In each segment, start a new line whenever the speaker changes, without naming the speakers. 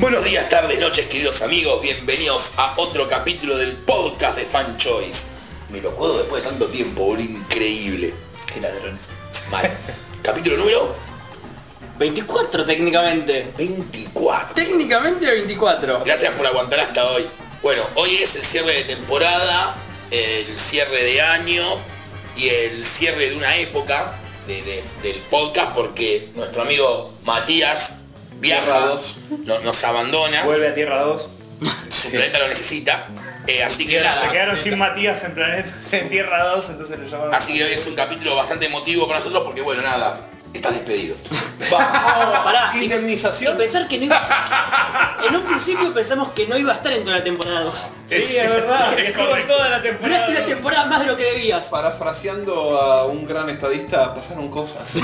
Buenos días, tardes, noches, queridos amigos. Bienvenidos a otro capítulo del podcast de Fan Choice. Me lo acuerdo después de tanto tiempo, boludo. Increíble.
Qué ladrones.
Mal. capítulo número
24 técnicamente.
24.
Técnicamente 24.
Gracias por aguantar hasta hoy. Bueno, hoy es el cierre de temporada, el cierre de año y el cierre de una época de- de- del podcast porque nuestro amigo Matías viaja,
Viajados.
no- nos abandona,
Vuelve a Tierra 2.
su planeta lo necesita. Eh, así que
Se
nada,
quedaron sin Matías en, planeta, en Tierra 2, entonces lo llamaron.
Así que hoy es un capítulo bastante emotivo para nosotros porque bueno, nada, estás despedido. Oh,
Pará, y- Y
¿Indemnización?
pensar que no iba- En un principio pensamos que no iba a estar en toda la temporada 2.
Sí, es verdad.
Es correcto.
toda la
Duraste una temporada más de lo que debías.
Parafraseando a un gran estadista, pasaron cosas.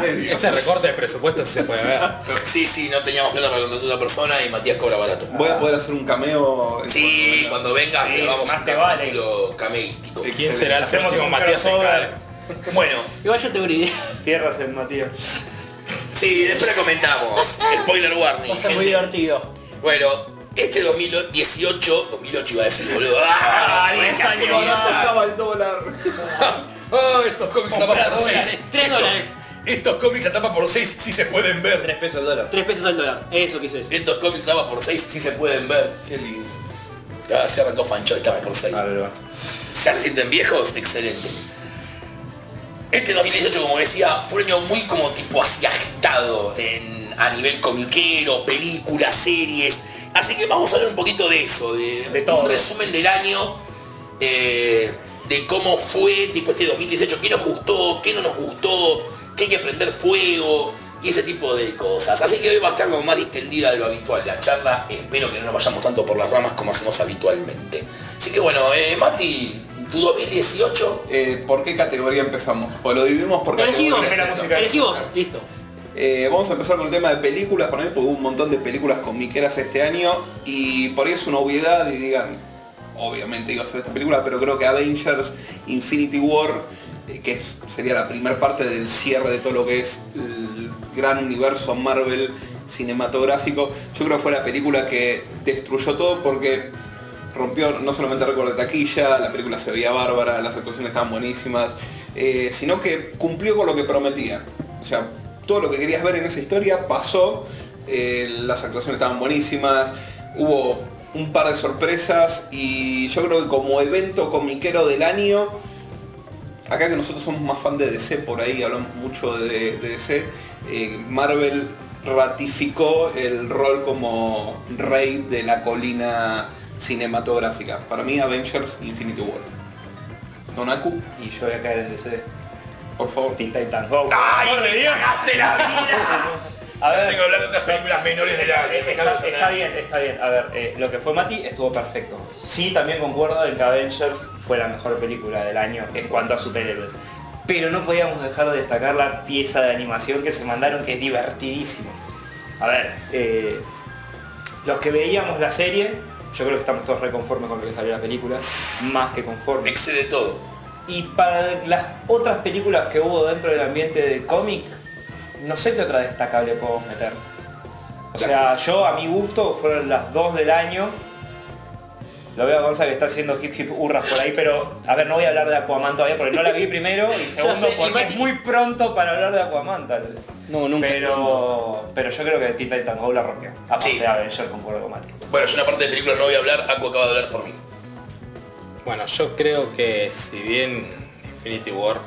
Medio.
Ese recorte de presupuesto sí se puede ver.
Sí, sí, no teníamos plata para contratar a una persona y Matías cobra barato.
Voy a poder hacer un cameo. en
Sí, cuando vengas
Sí,
grabamos
más
un
te vale.
capítulo cameístico.
¿Quién será el
Hacemos
próximo
un
Matías
crossover.
Escal?
Bueno,
Igual yo tengo una idea.
Tierras en Matías.
sí, después lo comentamos. Spoiler
Va a
warning.
ser
gente.
muy divertido.
Bueno, este 2018, 2008 iba a decir, boludo.
Ah, diez
Arrancás
años.
con
cuanto-
esa.
Ah, estaba el dólar.
Ah, estos cómics a tapa
Comprar
por
dólares.
6.
Tres dólares.
Estos cómics a tapa por 6 sí se pueden ver.
3 pesos el dólar.
3 pesos al dólar. Eso quise decir.
Estos cómics tapa por 6 sí se pueden ver.
Qué lindo.
Ah, se arrancó Fancho, tapa por 6.
A ver, va.
¿Ya se sienten viejos? Excelente. Este 2018, como decía, fue un año muy como tipo así agitado en- a nivel comiquero, películas, series. Así que vamos a hablar un poquito de eso, de,
De todo.
un resumen del año, eh, de cómo fue tipo este 2018, qué nos gustó, qué no nos gustó, qué hay que prender fuego y ese tipo de cosas. Así que hoy va a estar como más distendida de lo habitual la charla. Espero que no nos vayamos tanto por las ramas como hacemos habitualmente. Así que bueno, eh, Mati, tu 2018
Eh, ¿Por qué categoría empezamos? Pues lo dividimos por
Elegí vos.
categorías.
Primera música.
Elegí vos. Listo.
Eh, vamos a empezar con el tema de películas para mí, porque hubo un montón de películas comiqueras este año y por ahí es una obviedad y digan, obviamente iba a ser esta película, pero creo que Avengers Infinity War, eh, que es- sería la primera parte del cierre de todo lo que es el gran universo Marvel cinematográfico, yo creo que fue la película que destruyó todo porque rompió no solamente récord de taquilla, la película se veía bárbara, las actuaciones estaban buenísimas, eh, sino que cumplió con lo que prometía. O sea, todo lo que querías ver en esa historia pasó, eh, las actuaciones estaban buenísimas, hubo un par de sorpresas y yo creo que como evento comiquero del año, acá que nosotros somos más fan de DC, por ahí hablamos mucho de, de DC, eh, Marvel ratificó el rol como rey de la colina cinematográfica. Para mí Avengers Infinity War. Donaku,
Y yo voy a caer en DC.
por favor.
Teen Titans Go.
¡Ay,
¡Por de Dios!
cagaste la vida!
A ver.
Tengo que hablar de otras películas menores del año.
este
Eh, Está, está bien, está bien. A ver, eh, lo que fue Mati estuvo perfecto. Sí, también concuerdo en que Avengers fue la mejor película del año en cuanto a superhéroes. Pero no podíamos dejar de destacar la pieza de animación que se mandaron, que es divertidísimo. A ver, eh, los que veíamos la serie, yo creo que estamos todos reconformes con lo que salió la película, más que conformes.
Excede todo.
Y para las otras películas que hubo dentro del ambiente del cómic, no sé qué otra destacable podemos meter. O sea, yo a mi gusto fueron las dos del año. Lo veo a Gonza que está haciendo hip hip hurras por ahí, pero a ver, no voy a hablar de Aquaman todavía porque no la vi primero y segundo
sé, y
porque
Mati-
es muy pronto para hablar de Aquaman tal vez.
No, nunca es
Pero, pero yo creo que Teen Titans Go la rompió. Aparte
Sí.
de Avengers concuerdo con Mati.
Bueno, yo una parte de película no voy a hablar, Aku acaba de hablar por mí.
Bueno, yo creo que si bien Infinity War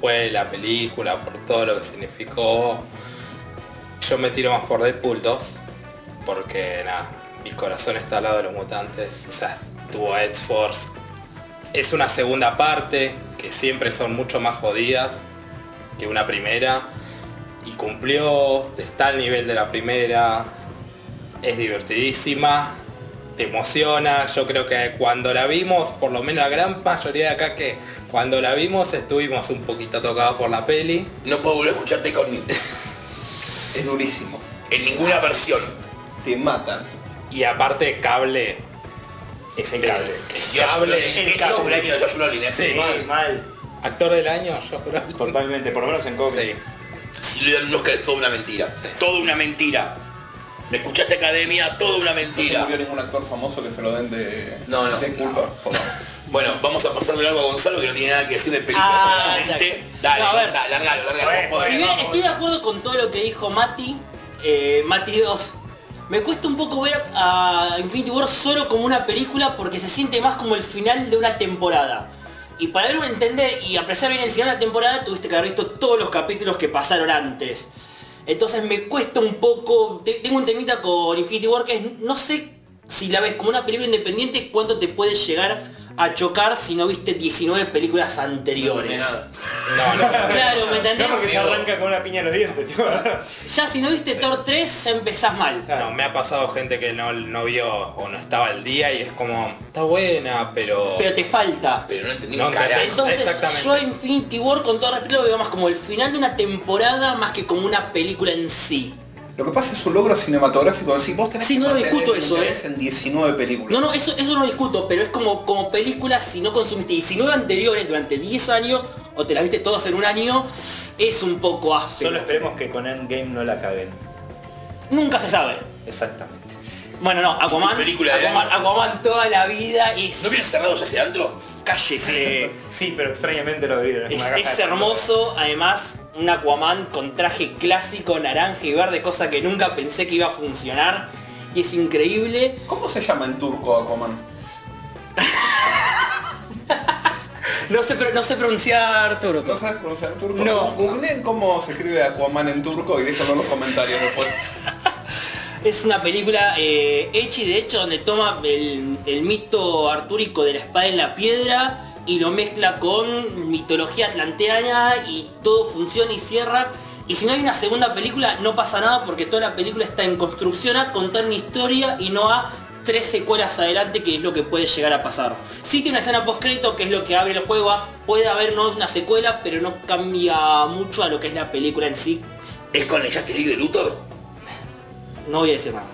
fue la película por todo lo que significó, yo me tiro más por Deadpool 2, porque nada, mi corazón está al lado de los mutantes, o sea, tuvo X-Force. Es una segunda parte, que siempre son mucho más jodidas que una primera, y cumplió, está al nivel de la primera, es divertidísima, te emociona. Yo creo que cuando la vimos, por lo menos la gran mayoría de acá que cuando la vimos estuvimos un poquito tocados por la peli.
No puedo volver a escucharte con ni-
Es durísimo.
en ninguna versión.
Te matan.
Y aparte cable, Eh,
Ese
Cable.
cable.
Josh
hable
Brolin.
el
Es
cable.
Josh Brolin, Josh Brolin, ¿eh?
Sí.
Mal, mal.
actor del año, yo creo.
Totalmente, por lo menos en cómics.
Sí.
Si le dan un Oscar es toda una mentira. Toda una mentira. Le escuchaste Academia, toda una
No se
mentira.
murió ningún actor famoso que se lo den de,
No, no.
de culpa. Joder.
Bueno, vamos a pasar de largo a Gonzalo que no tiene nada que decir de película.
Ah,
claramente.
ya.
Dale,
No, a ver.
Gonzalo, largalo, largalo.
Bueno,
vos podés.
Si
bueno.
bien estoy de acuerdo con todo lo que dijo Mati, eh, Mati 2, me cuesta un poco ver a Infinity War solo como una película porque se siente más como el final de una temporada. Y para verlo entender y apreciar bien el final de la temporada tuviste que haber visto todos los capítulos que pasaron antes. Entonces me cuesta un poco, te- tengo un temita con Infinity War que es, no sé si la ves como una película independiente cuánto te puede llegar a chocar si no viste 19 películas anteriores.
No, no.
Claro, ¿me
No
entendés?
porque se arranca con una piña en los dientes, tío.
Ya si no viste Thor 3 ya empezás mal.
No, me ha pasado gente que no, no vio o no estaba al día y es como, está buena, pero...
Pero te falta.
Pero no entendí
No
un carajo.
entendés.
Entonces
Exactamente.
yo a Infinity War con todo respeto lo veo más como el final de una temporada más que como una película en sí.
Lo que pasa es un logro cinematográfico en sí. Vos tenés
Sí,
que
no lo
mantener
discuto
el
eso, ¿eh?
interés en 19 películas.
No, no, eso, eso no lo discuto, pero es como, como película si no consumiste 19 anteriores durante 10 años o te las viste todas en un año, es un poco áspero.
Solo esperemos que con Endgame no la caguen.
Nunca se sabe.
Exactamente.
Bueno, no, Aquaman,
Tu película de
Aquaman, Aquaman toda la vida es...
¿No hubieran cerrado ya ese antro?
cállese.
Sí, pero extrañamente lo vieron.
Es,
una caja
es
de
hermoso, además, un Aquaman con traje clásico, naranja y verde, cosa que nunca pensé que iba a funcionar. Y es increíble.
¿Cómo se llama en turco Aquaman?
No sé, pro- no sé pronunciar
¿No
turco.
sabes pronunciar en turco?
No.
Googleen cómo se escribe Aquaman en turco y déjenlo en los comentarios después.
Es una película eh, hecha y de hecho donde toma el, el mito artúrico de la espada en la piedra y lo mezcla con mitología atlanteana y todo funciona y cierra. Y si no hay una segunda película no pasa nada porque toda la película está en construcción a contar una historia y no a tres secuelas adelante que es lo que puede llegar a pasar. Sí tiene una escena post crédito que es lo que abre el juego a puede haber no una secuela pero no cambia mucho a lo que es la película en sí.
¿Es con el Justice League de Luthor?
No voy a decir nada.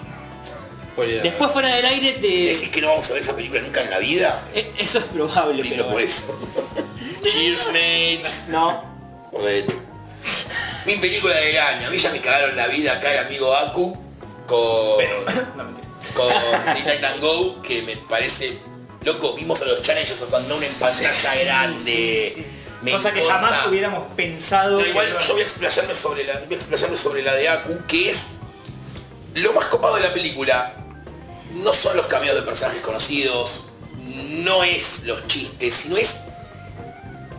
Spoiler.
Después fuera del aire te...
¿Decís que no vamos a ver esa película nunca en la vida?
E- Eso es probable,
Lindo
pero
por eso. Cheers, mates.
no.
Joder. Mi película del año. A mí ya me cagaron la vida acá el amigo Aku con...
Pero- no, mentira.
con The Titan Go, que me parece loco, vimos a los Challengers of Unknown en pantalla grande. Me
Cosa que
importa.
jamás hubiéramos pensado.
No,
que
igual
iba-
yo voy a explayarme sobre la, voy a explayarme sobre la de Aku, que es lo más copado de la película. No son los cameos de personajes conocidos, no es los chistes, sino es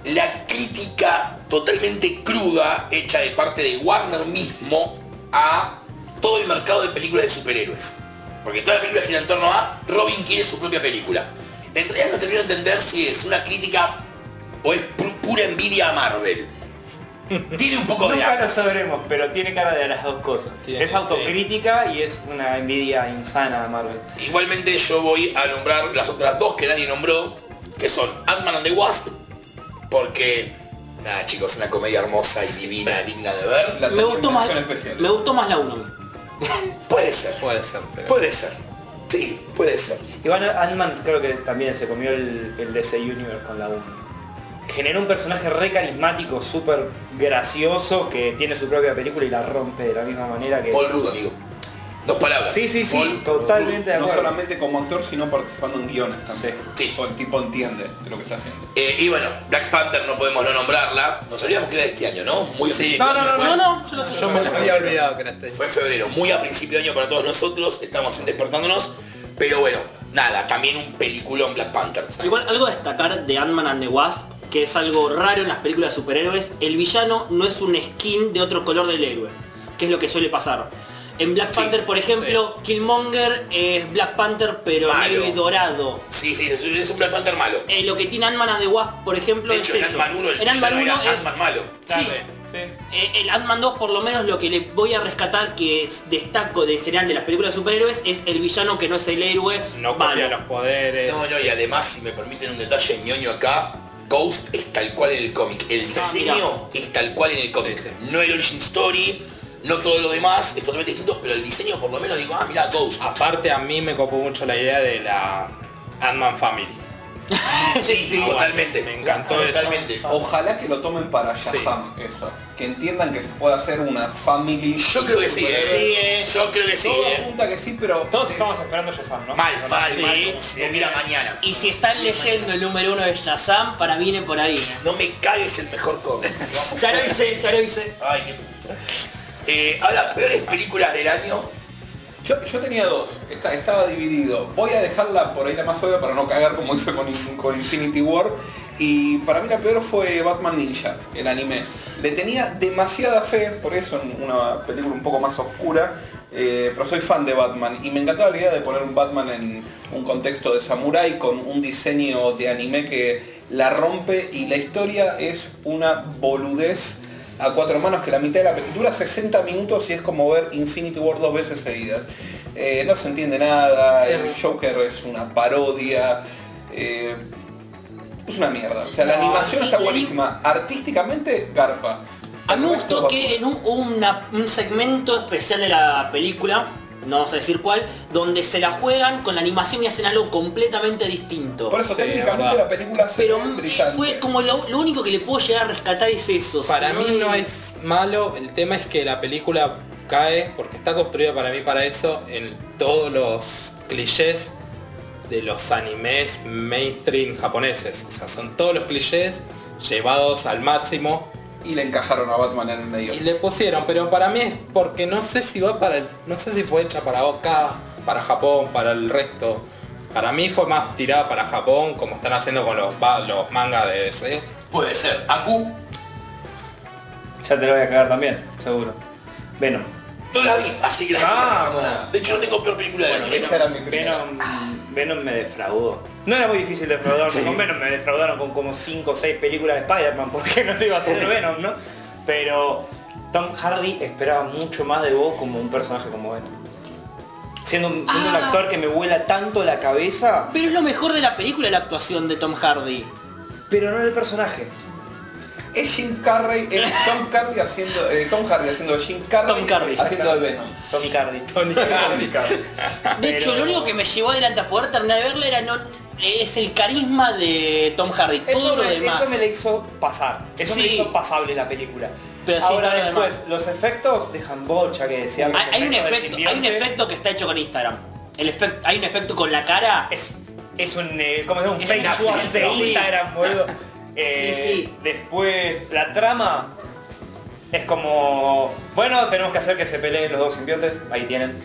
la crítica totalmente cruda hecha de parte de Warner mismo a todo el mercado de películas de superhéroes. Porque toda la película gira en torno a Robin quiere su propia película. En realidad no termino de entender si es una crítica o es pu- pura envidia a Marvel. Tiene un poco de
Nunca
algo.
lo sabremos, pero tiene cara de las dos cosas.
Tiene,
es autocrítica y es una envidia insana de Marvel.
Igualmente yo voy a nombrar las otras dos que nadie nombró, que son Ant-Man and the Wasp, porque, nada chicos, una comedia hermosa y divina, digna de ver.
La
Me gustó más.
recomendación especial.
Me gustó más la 1.
Puede ser,
Puede ser, pero...
puede ser. Sí, puede ser.
Igual Ant-Man creo que también se comió el, el DC Universe con la 1. Generó un personaje re carismático, súper gracioso, que tiene su propia película y la rompe de la misma manera que...
Paul Rudd, amigo. Dos palabras.
Sí, sí, sí,
Paul
totalmente de
No
acuerdo.
solamente como actor, sino participando en guiones también.
Sí.
O el tipo entiende de lo que está haciendo.
Eh, y bueno, Black Panther no podemos no nombrarla. Nos olvidamos que era de este año, ¿no? Muy
Sí.
a principio de año fue.
No, no, yo lo sé.
Yo me había olvidado que era este.
Fue en febrero, muy a principio de año para todos nosotros. Estamos despertándonos. Pero bueno, nada, también un peliculón Black Panther.
Igual algo a destacar de Ant-Man and the Wasp, que es algo raro en las películas de superhéroes, el villano no es un skin de otro color del héroe, que es lo que suele pasar. En Black
Sí,
Panther, por ejemplo, Killmonger es Black Panther pero
Malo.
negro y dorado.
Sí, sí, es- es un Black Panther malo.
Eh, lo que tiene Ant-Man and the Wasp, por ejemplo,
De hecho,
es
en
eso.
Ant-Man 1 el
En Ant-Man
villano era
1 es-
Ant-Man malo.
Sí,
Sí.
Eh, el Ant-Man 2 por lo menos lo que le voy a rescatar que es- destaco de en general de las películas de superhéroes es el villano que no es el héroe
No
malo.
copia los poderes.
No, no, y además, si me permiten un detalle ñoño acá, Ghost es tal cual en el cómic. El diseño es tal cual en el cómic.
Sí,
No el Origin Story, no todo lo demás, es totalmente distinto, pero el diseño por lo menos digo, ah, mira, Ghost.
Aparte a mí me copó mucho la idea de la Ant-Man Family.
Sí,
Ah, bueno,
totalmente.
Me encantó
Totalmente.
Ojalá que lo tomen para Shazam, eso. Que entiendan que se puede hacer una family.
Yo creo que sí, eh.
Sí, eh.
Yo creo que sí,
Todo
eh.
apunta que sí, pero.
Todos
es-
estamos esperando Shazam, ¿no?
Mal, mal,
Sí.
mal. Como si hubiera mañana.
Y si están leyendo el número uno de Shazam, para mí viene por ahí. ¿eh?
No me cagues el mejor cómic.
Ya lo hice, ya lo hice.
Ay, qué puto. Eh, ahora, peores películas del año.
Yo, yo tenía dos, Esta- estaba dividido. Voy a dejarla por ahí la más obvia para no cagar como hizo con, In- con Infinity War. Y para mí la peor fue Batman Ninja, el anime. Le tenía demasiada fe, por eso en una película un poco más oscura. eh, pero soy fan de Batman y me encantaba la idea de poner un Batman en un contexto de samurái con un diseño de anime que la rompe y la historia es una boludez a cuatro manos que la mitad de la película dura 60 minutos y es como ver Infinity War dos veces seguidas. Eh, no se entiende nada, el Joker es una parodia, eh, es una mierda. O sea, la
No,
animación
y-
está
y-
buenísima, artísticamente garpa.
A mí me
El resto
gustó que en un, hubo una- un segmento especial de la película, no vamos a decir cuál, donde se la juegan con la animación y hacen algo completamente distinto.
Por eso
Sí,
técnicamente
verdad.
la película se
Pero
ve
mm,
brillante.
fue como lo, lo único que le puedo llegar a rescatar es eso.
Para
si
mí no es malo, el tema es que la película cae, porque está construida para mí para eso, en todos los clichés de los animes mainstream japoneses. O sea, son todos los clichés llevados al máximo
Y le encajaron a Batman en el medio.
y le pusieron, pero para mí es porque no sé si va para el, no sé si fue hecha para acá, para Japón, para el resto. Para mí fue más tirada para Japón, como están haciendo con los, ba- los mangas de DC.
Puede ser. Aku,
Ya te lo voy a cagar también, seguro. Venom.
no la vi, así que la
Vamos.
De hecho, no tengo peor película del año.
Esa era mi primera.
Venom, Venom me defraudó. No era muy difícil defraudarme con Venom, me defraudaron con como 5 o 6 películas de Spider-Man, porque no le iba a hacer Venom, ¿no? Pero Tom Hardy esperaba mucho más de vos como un personaje como Venom. Siendo un, siendo un
Ah.
actor que me vuela tanto la cabeza,
Pero es lo mejor de la película la actuación de Tom Hardy.
pero no el personaje.
Es Jim Carrey, es Tom Hardy haciendo, eh, Tom Hardy haciendo de Jim Carrey,
Tom Hardy,
haciendo de Venom.
Tommy Hardy.
De
Pero-
hecho, lo único que me llevó adelante a poder terminar de verla era no, es el carisma de Tom Hardy.
Eso
todo lo
me,
demás.
eso me la hizo pasar. Eso me
Sí.
hizo pasable la película.
Pero sí,
Ahora
todo lo
después,
demás.
los efectos dejan bocha que decía.
Hay, hay un
los efectos del
efecto, hay un
simbionte.
efecto que está hecho con Instagram. El efec- hay un efecto con la cara.
Es, es un, eh, ¿cómo se llama? Un
Es
face
una
swap de
filtro.
Instagram, boludo. Eh,
sí.
Después, la trama es como, bueno, tenemos que hacer que se peleen los dos simbiontes, ahí tienen.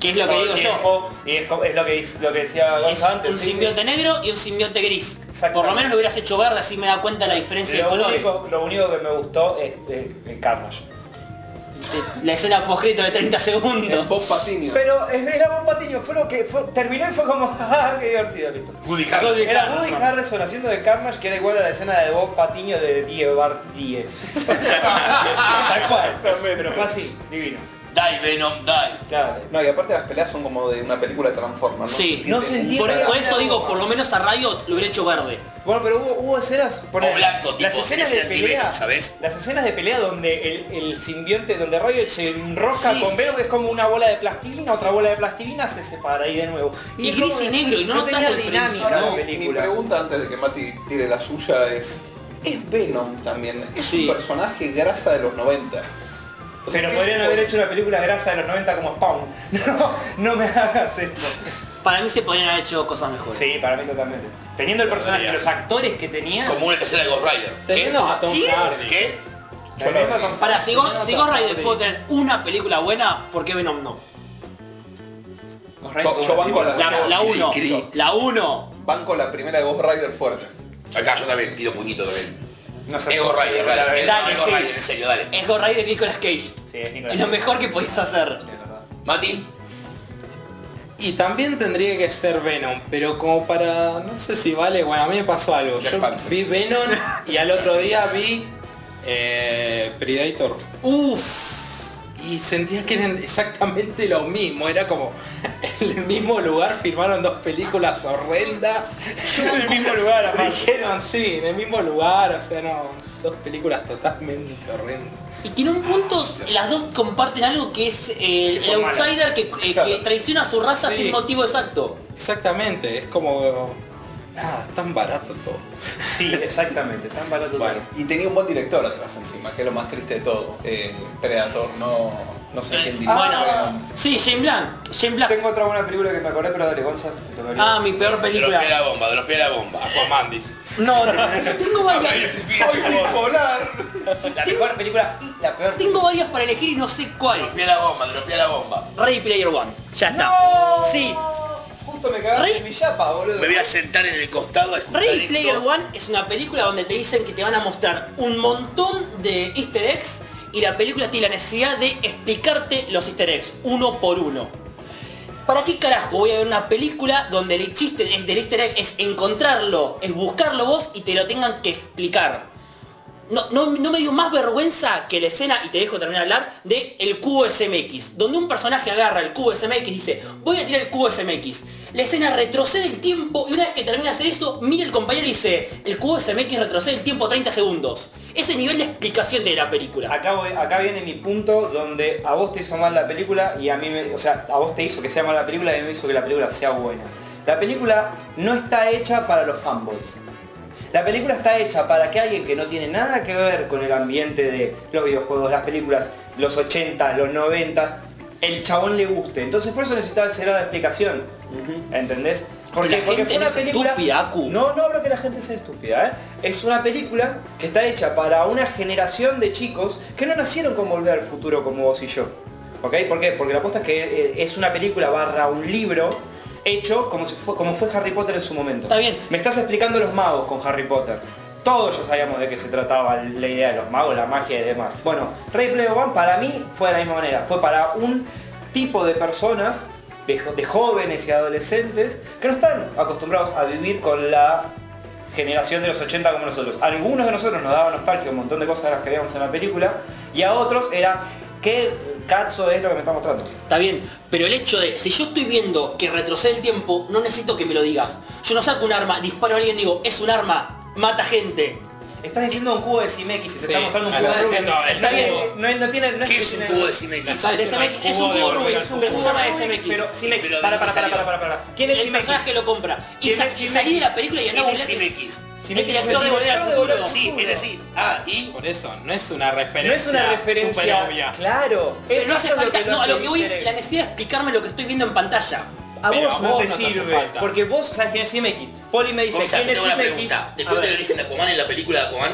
Que es lo que
Todo
digo
el
yo.
tiempo, Y es, co- es lo que, dice- lo que decía
Es
Gonza antes.
un
eh, oh, sí, sí.
simbionte negro y un simbionte gris.
Exactamente.
Por lo menos lo hubieras hecho verde, así me da cuenta la diferencia de
Lo
colores.
único, lo único que me gustó es eh, el Carnage.
Te- Este, La escena poscrito de 30
Es
segundos.
Bob Patiño.
Pero es- era un patiño, fue lo que fue, terminó y fue como, ¡ah, qué divertido, listo!
Woody Harrelson.
Era Woody Harrelson haciendo de Carnage que era igual a la escena de Bob Patiño de Diego Bart Die. Tal cual. Pero fue así, divino.
Die, Venom, die.
Claro.
No, y aparte las peleas son como de una película de Transformers.
Sí.
No se entiende.
Por,
Era-
por eso
era
digo,
Boba.
por lo menos a Riot lo hubiera hecho verde.
Bueno, pero hubo, hubo escenas. ponele,
blanco, tipo,
las escenas de
ese
pelea.
antivenom, ¿sabés?
Las escenas de pelea donde el, el simbionte, donde Rayo se enroja
Sí, sí.
con verde, es como una bola de plastilina, otra bola de plastilina se separa ahí de nuevo.
Y
es
gris
como
y
que
negro, y no notas
tenía
la diferencia.
dinámica
Ahora,
la
mi, mi
película.
pregunta antes de que Mati tire la suya es, ¿es Venom también? Es
Sí.
un personaje grasa de los 90. O sea,
Pero
¿qué
podrían
se
haber
puede-
hecho una película grasa de los 90 como Spawn. No, no me hagas esto.
Para mí se podrían haber hecho cosas mejores.
Sí, para mí totalmente. Teniendo el personaje, los actores que tenía.
Como una tercera de Ghost Rider.
Teniendo
¿Qué?
a Tom
¿Qué?
Hardy.
¿Qué?
la misma con-
Para, si, Go- si Ghost Rider puede tener una película buena, ¿por qué Venom no?
Yo, yo banco, la,
La- La
Cri,
1.
cri.
La 1.
banco la primera de Ghost Rider fuerte.
Acá yo también tiro puñito también.
No sé.
Es Ghost Rider,
La
dale.
verdad.
Dale,
Es Ghost
sí.
Rider, en serio, dale.
Es Ghost Rider y Nicolas Cage.
Sí, es Nicolas
Es lo
Cage.
mejor que podías hacer.
Es verdad.
Mati,
Y también tendría que ser Venom, pero como para... No sé si vale, bueno, a mí me pasó algo.
Black
Yo
Panther.
vi Venom y al otro día vi eh, Predator.
Uff.
Y sentía que eran exactamente lo mismo, era como en el mismo lugar firmaron dos películas horrendas.
En el mismo lugar, aparte.
Dijeron sí, en el mismo lugar, o sea, no, dos películas totalmente horrendas.
Y que en un punto las dos comparten algo que es eh, el,
Que son malas.
outsider que, eh, que
Claro.
traiciona a su raza
Sí.
sin motivo exacto.
Exactamente, es como nada, tan barato todo.
Sí, exactamente, tan barato
Bueno,
Y tenía un buen director atrás encima, que es lo más triste de todo. Eh, Predator, no, no sé
Eh,
quién dirigió.
bueno, sí, Shane Black. Shane
todo.
Black.
Tengo otra buena película que me acordé, pero dale, Gonza, te tocaría.
Ah, mi peor película.
Dropea la bomba, dropea la bomba.
Aquaman dice.
No, no, tengo varias.
¡Soy bipolar!
la mejor película y la peor.
Tengo varias para elegir y no sé cuál.
Dropea la bomba, dropea la bomba.
Ready Player One. Ya está. Sí.
Justo me cagaste
Rey-
en mi chapa, boludo.
Me voy a sentar en el costado a escuchar
Ready
esto.
Player One es una película donde te dicen que te van a mostrar un montón de easter eggs y la película tiene la necesidad de explicarte los easter eggs uno por uno. ¿Para qué carajo voy a ver una película donde el chiste es del easter egg es encontrarlo, es buscarlo vos y te lo tengan que explicar? No, no- no me dio más vergüenza que la escena, y te dejo terminar de hablar, de el cubo SMX, donde un personaje agarra el cubo SMX y dice, voy a tirar el cubo SMX. La escena retrocede el tiempo y una vez que termina de hacer eso, mira el compañero y dice, el cubo SMX retrocede el tiempo 30 segundos. Ese nivel de explicación de la película.
Acá, voy- acá viene mi punto donde a vos te hizo mal la película y a mí me, o sea, a vos te hizo que sea mala la película y a mí me hizo que la película sea buena. La película no está hecha para los fanboys. La película está hecha para que alguien que no tiene nada que ver con el ambiente de los videojuegos, las películas, los 80, los 90, el chabón le guste. Entonces por eso necesitaba esa grado de explicación. ¿Entendés?
La gente no es estúpida, Aku.
No, no hablo que la gente sea estúpida, ¿eh? Es una película que está hecha para una generación de chicos que no nacieron con Volver al Futuro como vos y yo. ¿Ok? ¿Por qué? Porque la apuesta es que eh, es una película barra un libro hecho como, si fue, como fue Harry Potter en su momento.
Está bien.
Me estás explicando los magos con Harry Potter. Todos ya sabíamos de qué se trataba la idea de los magos, la magia y demás. Bueno, Rey Player One para mí fue de la misma manera. Fue para un tipo de personas, de, jo- de jóvenes y adolescentes, que no están acostumbrados a vivir con la generación de los 80 como nosotros. A algunos de nosotros nos daba nostalgia un montón de cosas de las que veíamos en la película, y a otros era, ¿qué cazzo es lo que me está mostrando?
Está bien, pero el hecho de, si yo estoy viendo que retrocede el tiempo, no necesito que me lo digas. Yo no saco un arma, disparo a alguien, digo, es un arma, mata gente.
Estás diciendo un cubo de Cimex y se te
Sí,
está mostrando un
me
cubo
estás
de
diciendo,
Está
el
bien,
cubo.
no, no tiene... No
¿Qué
que
es un
tiene-
cubo de CMX?
Está
El
diciendo
SMX es
cubo
un
de
cubo
volver
Rubik,
al
es un pero se
Cubo
llama
de Rubik,
SMX.
Pero Cimex,
Pero ¿de
para, para,
dónde salió?
para, para, para, para. ¿Quién es
El
Cimex?
personaje lo compra. Y,
¿Quién
sa-
es
y
Cimex?
salí de la película y andá a
¿Quién es
buscar-
CMX?
El director de Volver al Futuro.
Sí, es decir, ah, y
Por eso, no es una referencia.
No es una referencia.
super obvia.
Claro.
Pero no
Eso
hace
es
falta.
que
No, a lo que voy
hace
es la necesidad de explicarme lo que estoy viendo en pantalla.
A
Pero
vos no te
hace
sirve.
falta.
Porque vos sabes quién es Cimex. Poli me dice,
Gonzalo,
¿quién
yo
es
tengo una
Cimex?
pregunta. ¿Te cuentan el origen de Aquaman en la película de Aquaman?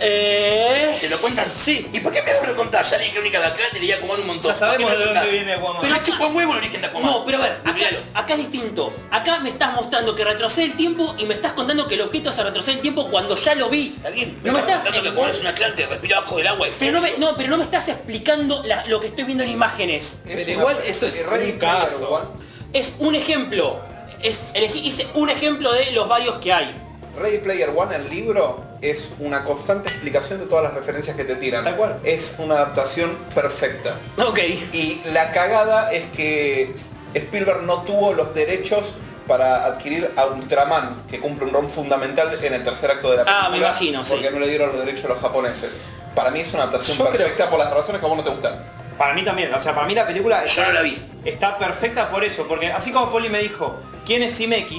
Eh.
¿Te lo cuentan?
Sí.
¿Y por qué me lo contás? Ya leí Crónica de Atlantis y Aquaman un montón.
Ya
¿Por
sabemos
qué me
de
lo
dónde
contás?
viene Guamón.
Pero
Me chupa un huevo el origen de Aquaman.
No, pero a ver, acá,
Googlealo.
acá es distinto. Acá me estás mostrando que retrocede el tiempo y me estás contando que el objeto se retrocede el tiempo cuando ya lo vi.
Está bien.
No me estás.
contando que Aquaman es un Atlante, respira abajo del agua y
Pero no, me, no, pero no me estás explicando la- lo que estoy viendo en imágenes.
Es
Pero
una-
igual eso es
Ready
un
Player
caso.
One-
Es un ejemplo. Es, elegí- hice un ejemplo de los varios que hay.
Ready Player One, el libro, es una constante explicación de todas las referencias que te tiran.
Tal cual.
Es una adaptación perfecta.
Ok.
Y la cagada es que Spielberg no tuvo los derechos para adquirir a Ultraman, que cumple un rol fundamental en el tercer acto de la película.
Ah, me imagino, sí.
Porque no le dieron los derechos a los japoneses. Para mí es una adaptación
Yo creo-
perfecta por las razones que a vos no te gustan.
Para mí también. O sea, para mí la película
Yo no la vi.
está perfecta por eso. Porque así como Poli me dijo, ¿quién es Cimex?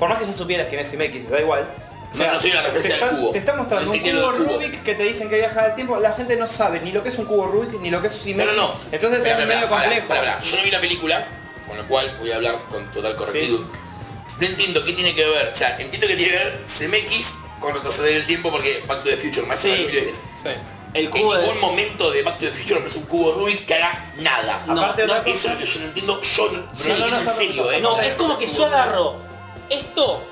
Por más que ya supieras quién es Cimex, da igual.
No, no soy una referencia
te está-
al cubo.
Te está mostrando
No
un
entiendo
cubo,
del cubo.
Rubik que te dicen que viaja del tiempo. La gente no sabe ni lo que es un cubo Rubik ni lo que es un
No,
Cimex.
no, no.
Entonces
Pará,
es
pará,
medio
pará,
complejo.
pará, pará. Yo no vi la película, con lo cual voy a hablar con total correctitud. No entiendo qué tiene que ver. O sea, entiendo que tiene que ver CMX con retroceder el tiempo porque Back to the Future, más
Sí.
Sí.
El
En
cubo de...
ningún momento de Back to the Future aparece un cubo Rubik que haga nada.
No,
Aparte otra
no,
Eso es lo que yo no entiendo, yo no, no lo
Sí, no, no,
entiendo en
está
serio,
perfecto.
eh.
No, es como que yo agarro esto,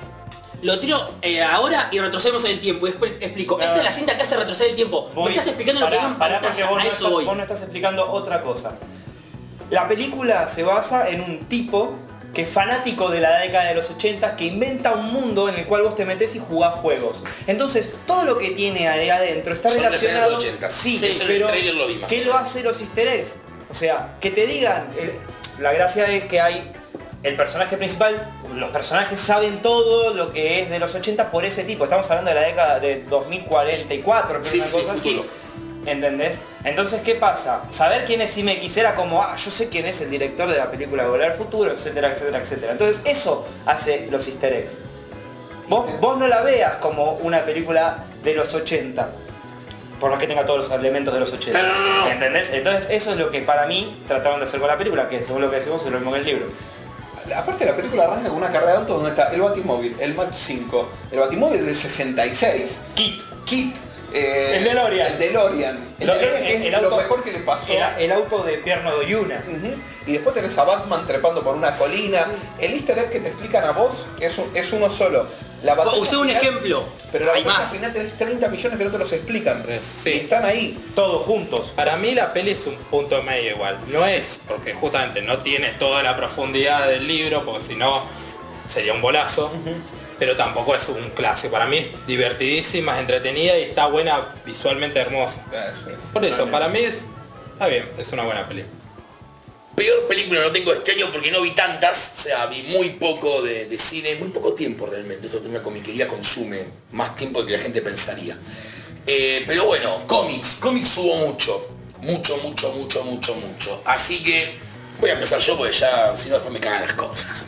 lo tiro eh, ahora y retrocedemos en el tiempo. Y después explico.
Claro.
Esta es la cinta que hace retroceder el tiempo.
Voy-
me estás explicando
pará,
lo que veo en
pará,
pantalla.
porque vos
a
no
eso
estás-
voy.
vos no estás explicando otra cosa. La película se basa en un tipo que es fanático de la década de los 80 que inventa un mundo en el cual vos te metes y jugás juegos. Entonces, todo lo que tiene ahí adentro está
Son referencias de
relacionado.
los 80.
Sí,
Sí, eso en el
pero
tráiler lo vi más
¿qué
o
lo
menos.
hace los easter eggs? O sea, que te digan. el- la gracia es que hay el personaje principal, los personajes saben todo lo que es de los 80 por ese tipo. Estamos hablando de la década de 2044, pero
Sí,
una
sí,
cosa así.
futuro.
¿Entendés? Entonces, ¿qué pasa? Saber quién es IMX era como, ah, yo sé quién es el director de la película de Volver al Futuro, etcétera, etcétera, etcétera. Entonces, eso hace los easter eggs. Vos,
Este-
vos no la veas como una película de los 80. Por más que tenga todos los elementos de los 80.
No, no, no, no.
¿Entendés? Entonces eso es lo que para mí trataron de hacer con la película, que según lo que decimos es lo mismo que el libro.
Aparte la película arranca con una carrera de autos donde está el Batimóvil, el Mach 5, el Batimóvil del 66,
Kit.
Kit, eh,
El DeLorean.
El DeLorean. El
Lo-
DeLorean
el-
que es
el
lo
auto-
mejor que le pasó.
Era el auto de Pierno de Yuna.
Ujú. Y después tenés a Batman trepando por una colina. El easter egg que te explican a vos es, un- es uno solo. La batalla
Usé un
final-
ejemplo.
Pero la
Hay
batalla
más.
final tenés 30 millones que no te los explican.
Pero sí.
Y están ahí.
Todos juntos.
Para mí la peli es un punto medio igual. No es porque justamente no tiene toda la profundidad del libro, porque si no sería un bolazo. Pero tampoco es un clásico. Para mí es divertidísima, es entretenida y está buena, visualmente hermosa.
Eso es.
Por eso, para mí es... Está bien, es una buena peli.
Peor película no tengo este año porque no vi tantas, o sea, vi muy poco de, de cine, muy poco tiempo realmente, eso que una comiquería consume más tiempo que la gente pensaría. Eh, pero bueno, cómics, cómics hubo mucho, mucho, mucho, mucho, mucho, mucho. Así que voy a empezar yo porque ya, si no después me cagan las cosas.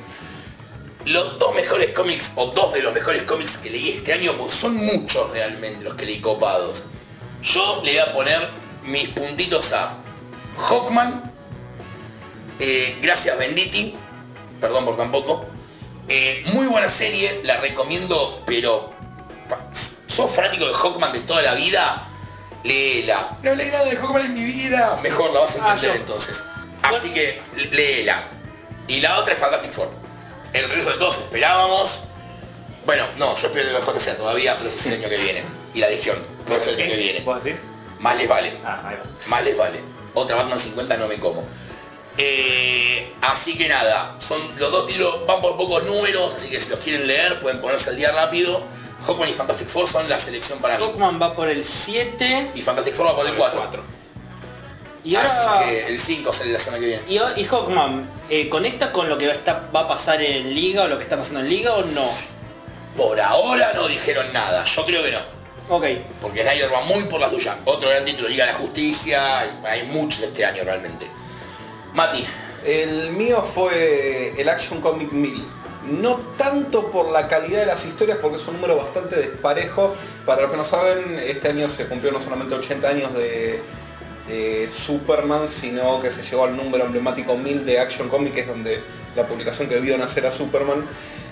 Los dos mejores cómics, o dos de los mejores cómics que leí este año, porque son muchos realmente los que leí copados. Yo le voy a poner mis puntitos a Hawkman, eh, gracias Benditi, perdón por tampoco. Eh, muy buena serie, la recomiendo, pero pa- sos fanático de Hawkman de toda la vida, léela. No leí nada de Hawkman en mi vida. Mejor la vas a
Ah,
entender
yo.
entonces. Así que léela. Y la otra es Fantastic Four. El regreso de todos esperábamos. Bueno, no, yo espero que el sea todavía, pero ese es el año que viene. Y la Legión, pero ese es el año que viene.
¿Vos decís?
Más les vale.
Ah, ahí va.
Más les vale. Otra Batman 50 no me como. Eh, así que nada, son los dos títulos van por pocos números, así que si los quieren leer pueden ponerse al día rápido. Hawkman y Fantastic Four son la selección para mí.
Hawkman va por el 7
Y Fantastic Four va por el 4.
y ahora...
Así que el 5 sale la semana que viene.
Y, y Hawkman, eh, ¿conecta con lo que va a, estar- va a pasar en Liga o lo que está pasando en Liga o no?
Por ahora no dijeron nada, yo creo que no.
Ok,
Porque Snyder va muy por la suya. Otro gran título, Liga de la Justicia, hay muchos este año realmente. Mati,
El mío fue el Action Comic 1000. No tanto por la calidad de las historias, porque es un número bastante desparejo. Para los que no saben, este año se cumplió no solamente 80 años de, de Superman, sino que se llegó al número emblemático 1000 de Action Comic, que es donde la publicación que vio nacer a Superman.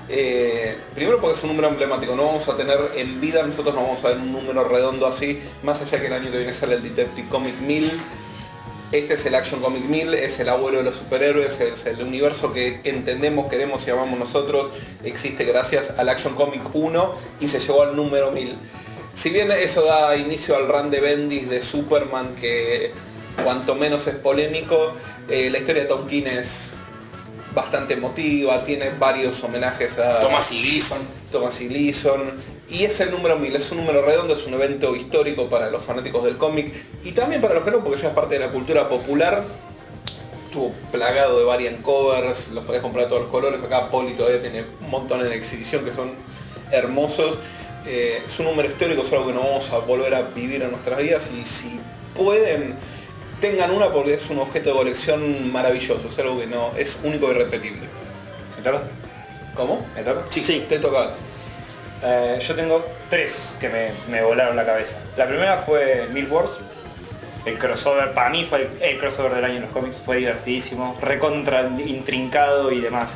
Eh, primero porque es un número emblemático, no vamos a tener en vida, nosotros no vamos a ver un número redondo así, más allá que el año que viene sale el Detective Comic 1000. Este es el Action Comic 1000, es el abuelo de los superhéroes, es el universo que entendemos, queremos y amamos nosotros. Existe gracias al Action Comic 1 y se llegó al número 1000. Si bien eso da inicio al run de Bendis de Superman, que cuanto menos es polémico, eh, la historia de Tom King es bastante emotiva, tiene varios homenajes a...
Thomas y Gleason.
Thomas y Gleason. Y es el número 1000, es un número redondo, es un evento histórico para los fanáticos del cómic y también para los que no, porque ya es parte de la cultura popular. Estuvo plagado de variant covers, los podés comprar de todos los colores. Acá Poli todavía tiene un montón en exhibición que son hermosos. Eh, es un número histórico, es algo que no vamos a volver a vivir en nuestras vidas y si pueden, tengan una porque es un objeto de colección maravilloso, es algo que no, es único y repetible.
¿Me toca?
¿Cómo?
¿Me toca?
Sí.
Te toca.
Eh, yo tengo tres que me, me volaron la cabeza. La primera fue Mil Wars. El crossover, para mí fue el, el crossover del año en los cómics, fue divertidísimo, recontra intrincado y demás.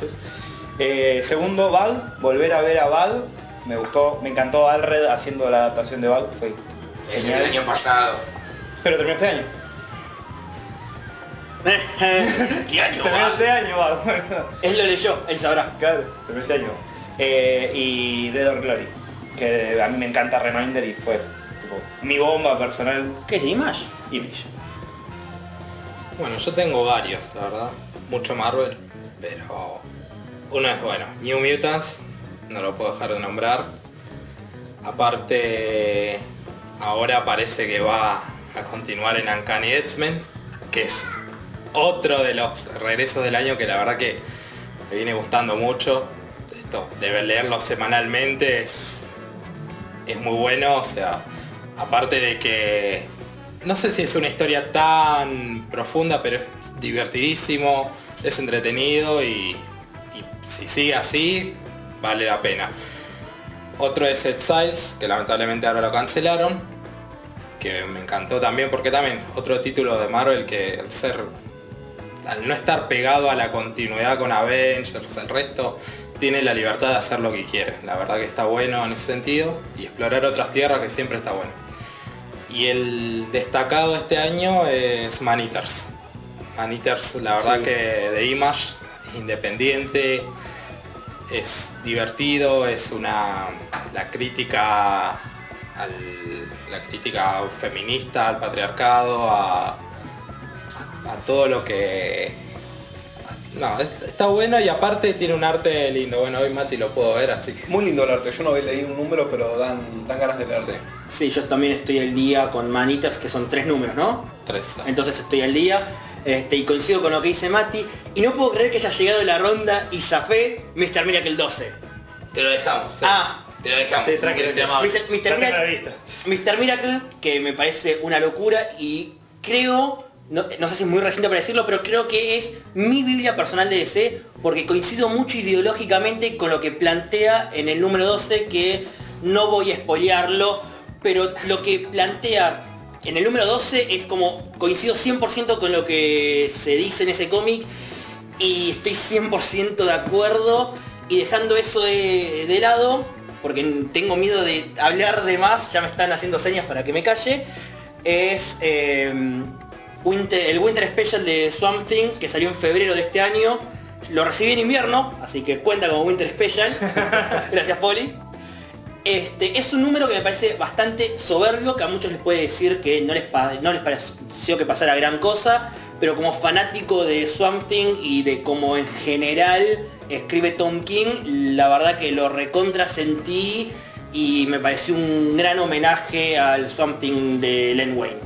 Eh, segundo, Val, volver a ver a Val, me gustó, me encantó Alred haciendo la adaptación de Val, fue
Es el del
genial.
Este año pasado.
Pero terminó este año.
¿Qué año?
Terminó
va?
este año, Val.
él lo leyó, él sabrá.
Claro, pero este año. Eh, y Dead or Glory, que a mí me encanta Reminder y fue tipo, mi bomba personal
¿Qué es de Image?
image.
Bueno, yo tengo varios, la verdad. Mucho Marvel, pero uno es bueno, New Mutants, no lo puedo dejar de nombrar. Aparte, ahora parece que va a continuar en Uncanny X-Men, que es otro de los regresos del año que la verdad que me viene gustando mucho. Esto de leerlo semanalmente es es muy bueno, o sea, aparte de que no sé si es una historia tan profunda, pero es divertidísimo, es entretenido y, y si sigue así, vale la pena. Otro es Exiles, que lamentablemente ahora lo cancelaron. Que me encantó también, porque también otro título de Marvel que al ser. al no estar pegado a la continuidad con Avengers, el resto, tiene la libertad de hacer lo que quiere. La verdad que está bueno en ese sentido. Y explorar otras tierras que siempre está bueno. Y el destacado este año es Maniters. Maniters, la verdad
Sí.
que de Image, es independiente, es divertido, es una la crítica al, la crítica feminista, al patriarcado, a, a- a todo lo que no, es- está bueno y aparte tiene un arte lindo. Bueno, hoy Mati lo puedo ver, así que
Muy lindo el arte, yo no leí un número, pero dan, dan ganas de leerlo.
Sí.
Sí, yo también estoy al día con Manitas, que son tres números, ¿no?
tres.
Entonces estoy al día. Este, y coincido con lo que dice Mati. Y no puedo creer que haya llegado la ronda y zafé Mr. Miracle 12.
Te lo dejamos.
Ah,
Te lo dejamos.
Sí, tranquilo.
Se llamaba.
Mr.
Ya
Mr.
tengo la
Miracle,
vista.
Mr. Miracle, que me parece una locura y creo, no, no sé si es muy reciente para decirlo, pero creo que es mi Biblia personal de DC porque coincido mucho ideológicamente con lo que plantea en el número 12, que no voy a espolearlo, pero lo que plantea en el número 12 es como coincido 100% con lo que se dice en ese cómic y estoy 100% de acuerdo y dejando eso de, de lado, porque tengo miedo de hablar de más, ya me están haciendo señas para que me calle, es eh, Winter- el Winter Special de Swamp Thing, que salió en febrero de este año. Lo recibí en invierno, así que cuenta como Winter Special. Gracias, Poli. Este, es un número que me parece bastante soberbio, que a muchos les puede decir que no les, pa- no les pareció que pasara gran cosa, pero como fanático de Swamp Thing y de cómo en general escribe Tom King, la verdad que lo recontra sentí y me pareció un gran homenaje al Swamp Thing de Len Wayne.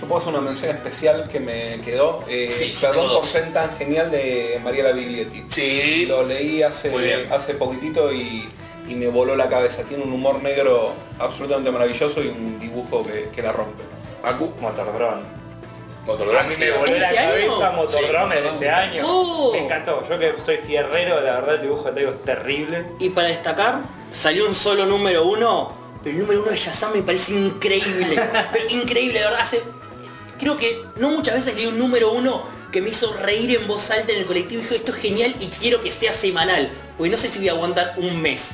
Yo puedo hacer una mención especial que me quedó. Eh,
Sí,
perdón
todo.
por ser tan genial de Mariela Biglietti.
Sí.
Lo leí hace,
Muy bien.
hace poquitito y, y me voló la cabeza. Tiene un humor negro absolutamente maravilloso y un dibujo que, que la rompe.
Facu.
Motordrón. A
Motordrome.
mí me voló la
¿Este año?
cabeza Motordrón
Sí,
de este año.
Oh.
Me encantó. Yo que soy fierrero, la verdad el dibujo te digo es terrible.
Y para destacar, salió un solo número uno, pero el número uno de Shazam me parece increíble. pero increíble, de verdad. Hace, creo que no muchas veces leí un número uno que me hizo reír en voz alta en el colectivo y dije, esto es genial y quiero que sea semanal. Porque no sé si voy a aguantar un mes.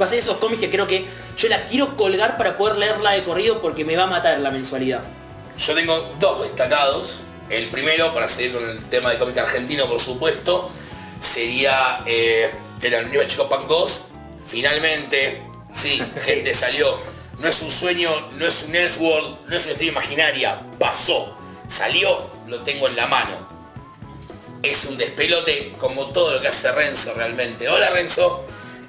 Va a ser esos cómics que creo que yo la quiero colgar para poder leerla de corrido porque me va a matar la mensualidad.
Yo tengo dos destacados. El primero, para seguir con el tema de cómic argentino, por supuesto, sería eh, de la Unión Chico Pan 2. Finalmente, sí, gente salió. No es un sueño, no es un Elseworld, no es una historia imaginaria. Pasó. Salió, lo tengo en la mano. Es un despelote como todo lo que hace Renzo realmente. Hola Renzo.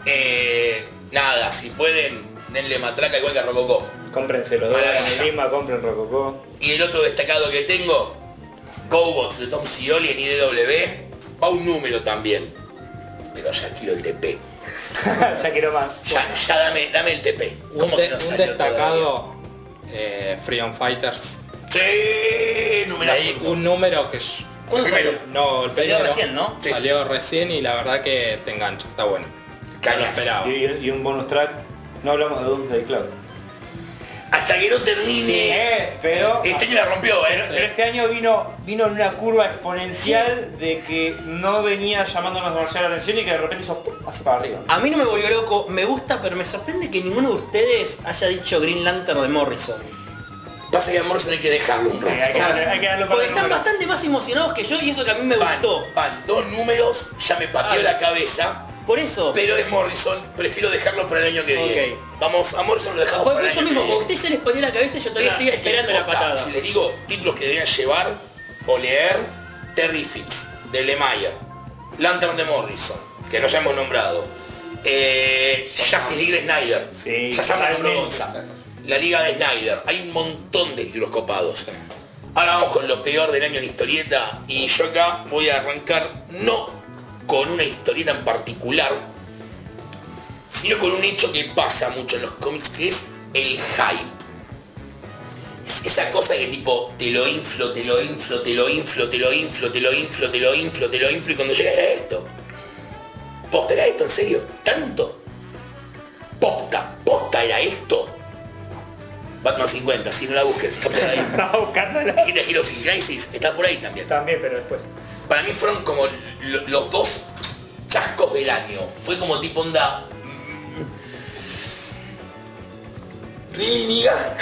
Eh, nada, si pueden, denle matraca igual que a Rococó.
Cómprense los dos en
Maravilla.
Lima, compren Rococó.
Y el otro destacado que tengo, Cowbots de Tom Scioli en IDW, va un número también. Pero ya quiero el TP.
ya quiero más.
Ya, ya dame, dame el TP.
Un,
¿Cómo
de-
que no
un
salió todavía?
destacado eh, Free on Fighters.
Sí, numerazo.
Hay un número que yo-
¿Cuándo
Primero.
salió?
no el
Salió
primero.
recién, ¿no?
Sí.
Salió recién y la verdad que te engancha, está bueno. No lo
Cagas.
esperaba.
Y, y- y un bonus track. No hablamos de Doomsday Cloud.
Hasta que no termine.
Eh, pero.
Este año la rompió, ¿eh?
Pero este año vino, vino en una curva exponencial de que no venía llamándonos demasiado la atención y que de repente hizo ¡pum! así para arriba.
A mí no me volvió loco, me gusta, pero me sorprende que ninguno de ustedes haya dicho Green Lantern de Morrison.
Pasa que a Morrison hay que dejarlo un
Sí, Eh, hay, que,
rato.
hay que darlo para
Porque
el
están
número.
bastante más emocionados que yo y eso que a mí me
Van,
gustó.
van dos números, ya me pateó
Ah.
la cabeza.
Por eso.
Pero es Morrison, prefiero dejarlo para el año que viene.
Ok.
Vamos, a Morrison lo dejamos
Por
para el
eso
año que
mismo,
viene.
porque a usted ya les ponía la cabeza y yo todavía estoy
Nah, es que
esperando la
posta,
patada.
Si les digo títulos que deberían llevar o leer, Terry Fitz, de Lemire, Lantern de Morrison, que no ya hemos nombrado, eh, Justice League de Snyder,
Sí,
ya se
totalmente.
la Liga de Snyder, hay un montón de títulos copados. Ahora vamos con lo peor del año en historieta y yo acá voy a arrancar no con una historieta en particular, sino con un hecho que pasa mucho en los cómics, que es el hype. Es esa cosa que tipo, te lo inflo, te lo inflo, te lo inflo, te lo inflo, te lo inflo, te lo inflo, te lo inflo, y cuando llega era esto. ¿Posterá esto en serio? ¿Tanto? posta, posta era esto. Batman 50, si no la busques, está por ahí.
Estaba buscándola.
Y de Heroes in Crisis está por ahí también.
También, pero después.
Para mí fueron como lo- los dos chascos del año. Fue como tipo onda... mm, Really, nigga?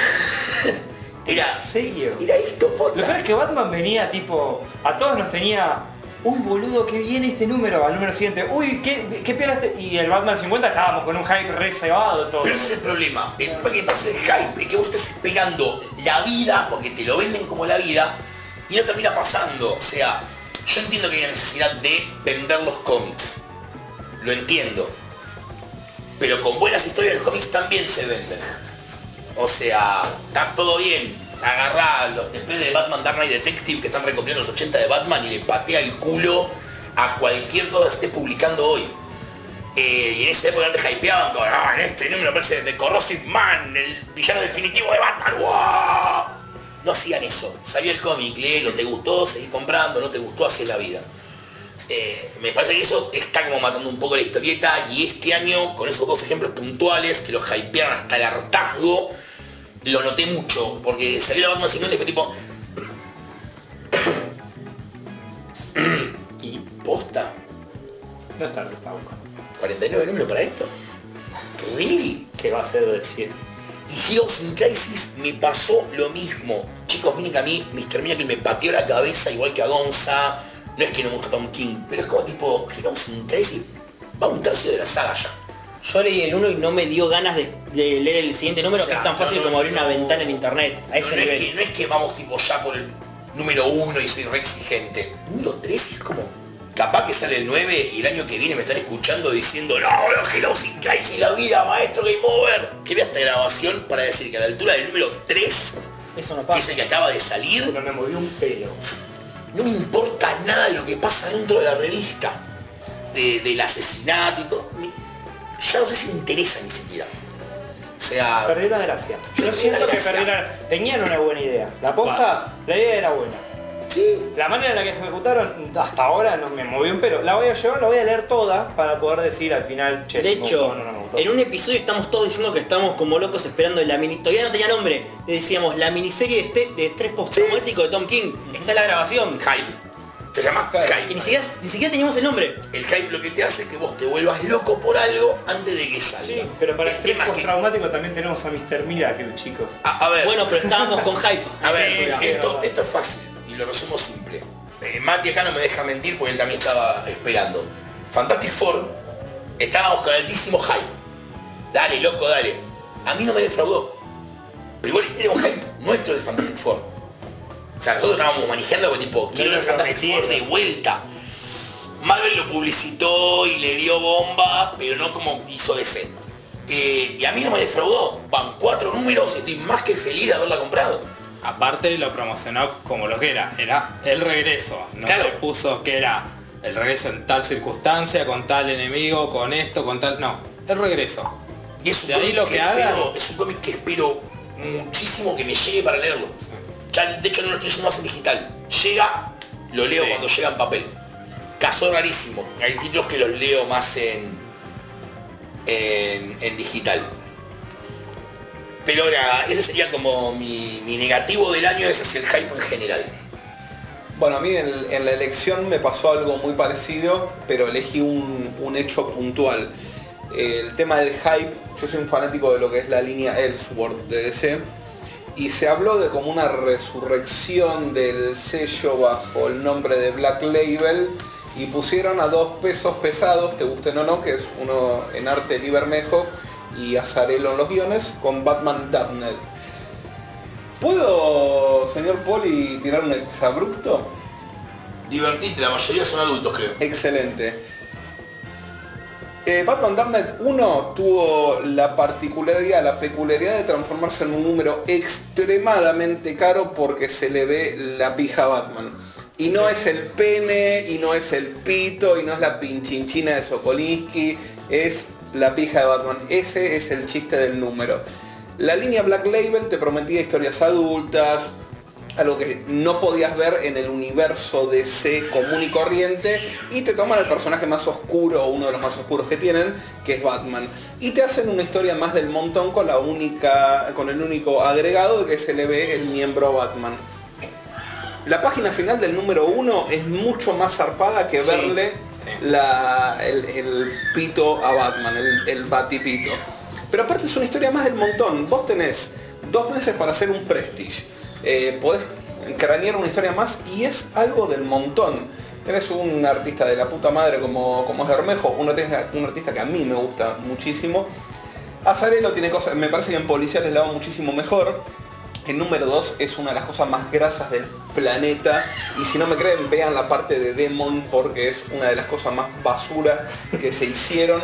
Era...
¿En serio?
Era esto,
Lo
posta.
peor es que Batman venía tipo. A todos nos tenía. Uy boludo, qué bien este número. Al número siguiente. Uy, qué, qué piola este. Y el Batman 50 estábamos con un hype re cebado todo.
Pero ese es el problema. El problema que pasa es el hype, que vos estás esperando la vida, porque te lo venden como la vida, y no termina pasando. O sea, yo entiendo que hay una necesidad de vender los cómics. Lo entiendo. Pero con buenas historias los cómics también se venden. O sea, está todo bien. Agarrá los después de Batman Dark Knight Detective que están recopilando los 80 de Batman y le patea el culo a cualquier cosa que esté publicando hoy. Eh, y en esa época te hypeaban con, ah, en este número aparece The Corrosive Man, el villano definitivo de Batman, ¡wow! No hacían eso. Salió el cómic, léelo, te gustó, seguí comprando, no te gustó, así es la vida. Eh, me parece que eso está como matando un poco la historieta y este año, con esos dos ejemplos puntuales que los hypearon hasta el hartazgo, lo noté mucho, porque salió la Batman 50 y fue tipo,
Y
posta,
no está, no está buscando.
49 números para esto. ¿Really?
¿Qué va a ser del 100?
Y Heroes in Crisis me pasó lo mismo. Chicos, miren que a mí Mr. Miracle me pateó la cabeza igual que a Gonza. No es que no me gusta Tom King, pero es como tipo Heroes in Crisis va un tercio de la saga ya.
Yo leí el 1 y no me dio ganas de, de leer el siguiente número,
O sea,
que es tan fácil
no,
como abrir una
no.
ventana en internet, a ese
no, no
nivel.
es que, no es que vamos tipo ya por el número uno y soy re exigente. Número 3 es como, capaz que sale el 9 y el año que viene me están escuchando diciendo, no, los Heroes in Crisis, la vida, maestro Game Over. Que vea esta grabación para decir que a la altura del número 3,
Eso no
que es
pasa.
el que acaba de salir,
No me movió un pelo.
no me importa nada de lo que pasa dentro de la revista, de- del asesinato y todo. Me- ya no sé si me interesa ni siquiera. O
Ah.
sea,
Perdió la gracia. Yo
Perdió
siento
la
que
gracia.
perdió la... Tenían una buena idea. La posta, la idea era buena.
sí,
La manera en la que ejecutaron hasta ahora no me movió un pelo. La voy a llevar, la voy a leer toda para poder decir al final, che,
De
me
hecho,
gustó, no, no me gustó.
en un episodio estamos todos diciendo que estamos como locos esperando la mini... Todavía no tenía nombre. Le decíamos, la miniserie de, este, de estrés postraumático de Tom King. Está la grabación.
hype. Se llama
Claro.
Que
hype.
ni siquiera, ni siquiera teníamos el nombre.
El hype lo que te hace es que vos te vuelvas loco por algo antes de que salga.
Sí, pero para
el
estrés
tema es que,
postraumático también tenemos a Mr. Miracle, chicos.
a, a ver,
Bueno, pero estábamos con hype.
a ver,
Sí, sí, sí.
esto, esto es fácil y lo resumo simple. Eh, Mati acá no me deja mentir porque él también estaba esperando. Fantastic Four, estábamos con altísimo hype. Dale, loco, dale. A mí no me defraudó. Pero igual era un hype nuestro de Fantastic Four. O sea, nosotros estábamos manejando como tipo, quiero ver Fantastic Four de vuelta. Marvel lo publicitó y le dio bomba, pero no como hizo DC. Eh, y a mí no me defraudó. Van cuatro números y estoy más que feliz de haberla comprado.
Aparte lo promocionó como lo que era, era el regreso. No
Claro.
le puso que era el regreso en tal circunstancia, con tal enemigo, con esto, con tal. No, el regreso.
Y es un
De ahí
cómic
lo que hagan.
espero- es un cómic que espero muchísimo que me llegue para leerlo. Ya, de hecho no lo estoy leyendo más en digital. Llega, lo leo
Sí.
cuando llega en papel. Caso rarísimo. Hay títulos que los leo más en, en, en digital. Pero ahora, ese sería como mi, mi negativo del año es hacia el hype en general.
Bueno, a mí en, en la elección me pasó algo muy parecido, pero elegí un, un hecho puntual. El tema del hype, yo soy un fanático de lo que es la línea Ellsworth de DC, y se habló de como una resurrección del sello bajo el nombre de Black Label, y pusieron a dos pesos pesados, te gusten o no, que es uno en arte Libermejo y Azarelo en los guiones, con Batman Damned. ¿Puedo, señor Poli, tirar un exabrupto?
Divertite, la mayoría son adultos creo.
Excelente. Eh, Batman Dark Knight 1 tuvo la particularidad, la peculiaridad de transformarse en un número extremadamente caro porque se le ve la pija a Batman. Y no es el pene, y no es el pito, y no es la pinchinchina de Sokolinsky, es la pija de Batman. Ese es el chiste del número. La línea Black Label te prometía historias adultas, algo que no podías ver en el universo DC común y corriente y te toman el personaje más oscuro o uno de los más oscuros que tienen, que es Batman. Y te hacen una historia más del montón con la única con el único agregado de que se le ve el miembro Batman. La página final del número uno es mucho más zarpada que verle la- el, el pito a Batman, el, el batipito. Pero aparte es una historia más del montón. Vos tenés dos meses para hacer un prestige. Eh, podés cranear una historia más y es algo del montón. Tenés un artista de la puta madre como, como es Bermejo, un artista, un artista que a mí me gusta muchísimo. Azarelo tiene cosas, me parece que en policiales la va muchísimo mejor. El número 2 es una de las cosas más grasas del planeta. Y si no me creen, vean la parte de Demon porque es una de las cosas más basura que se hicieron.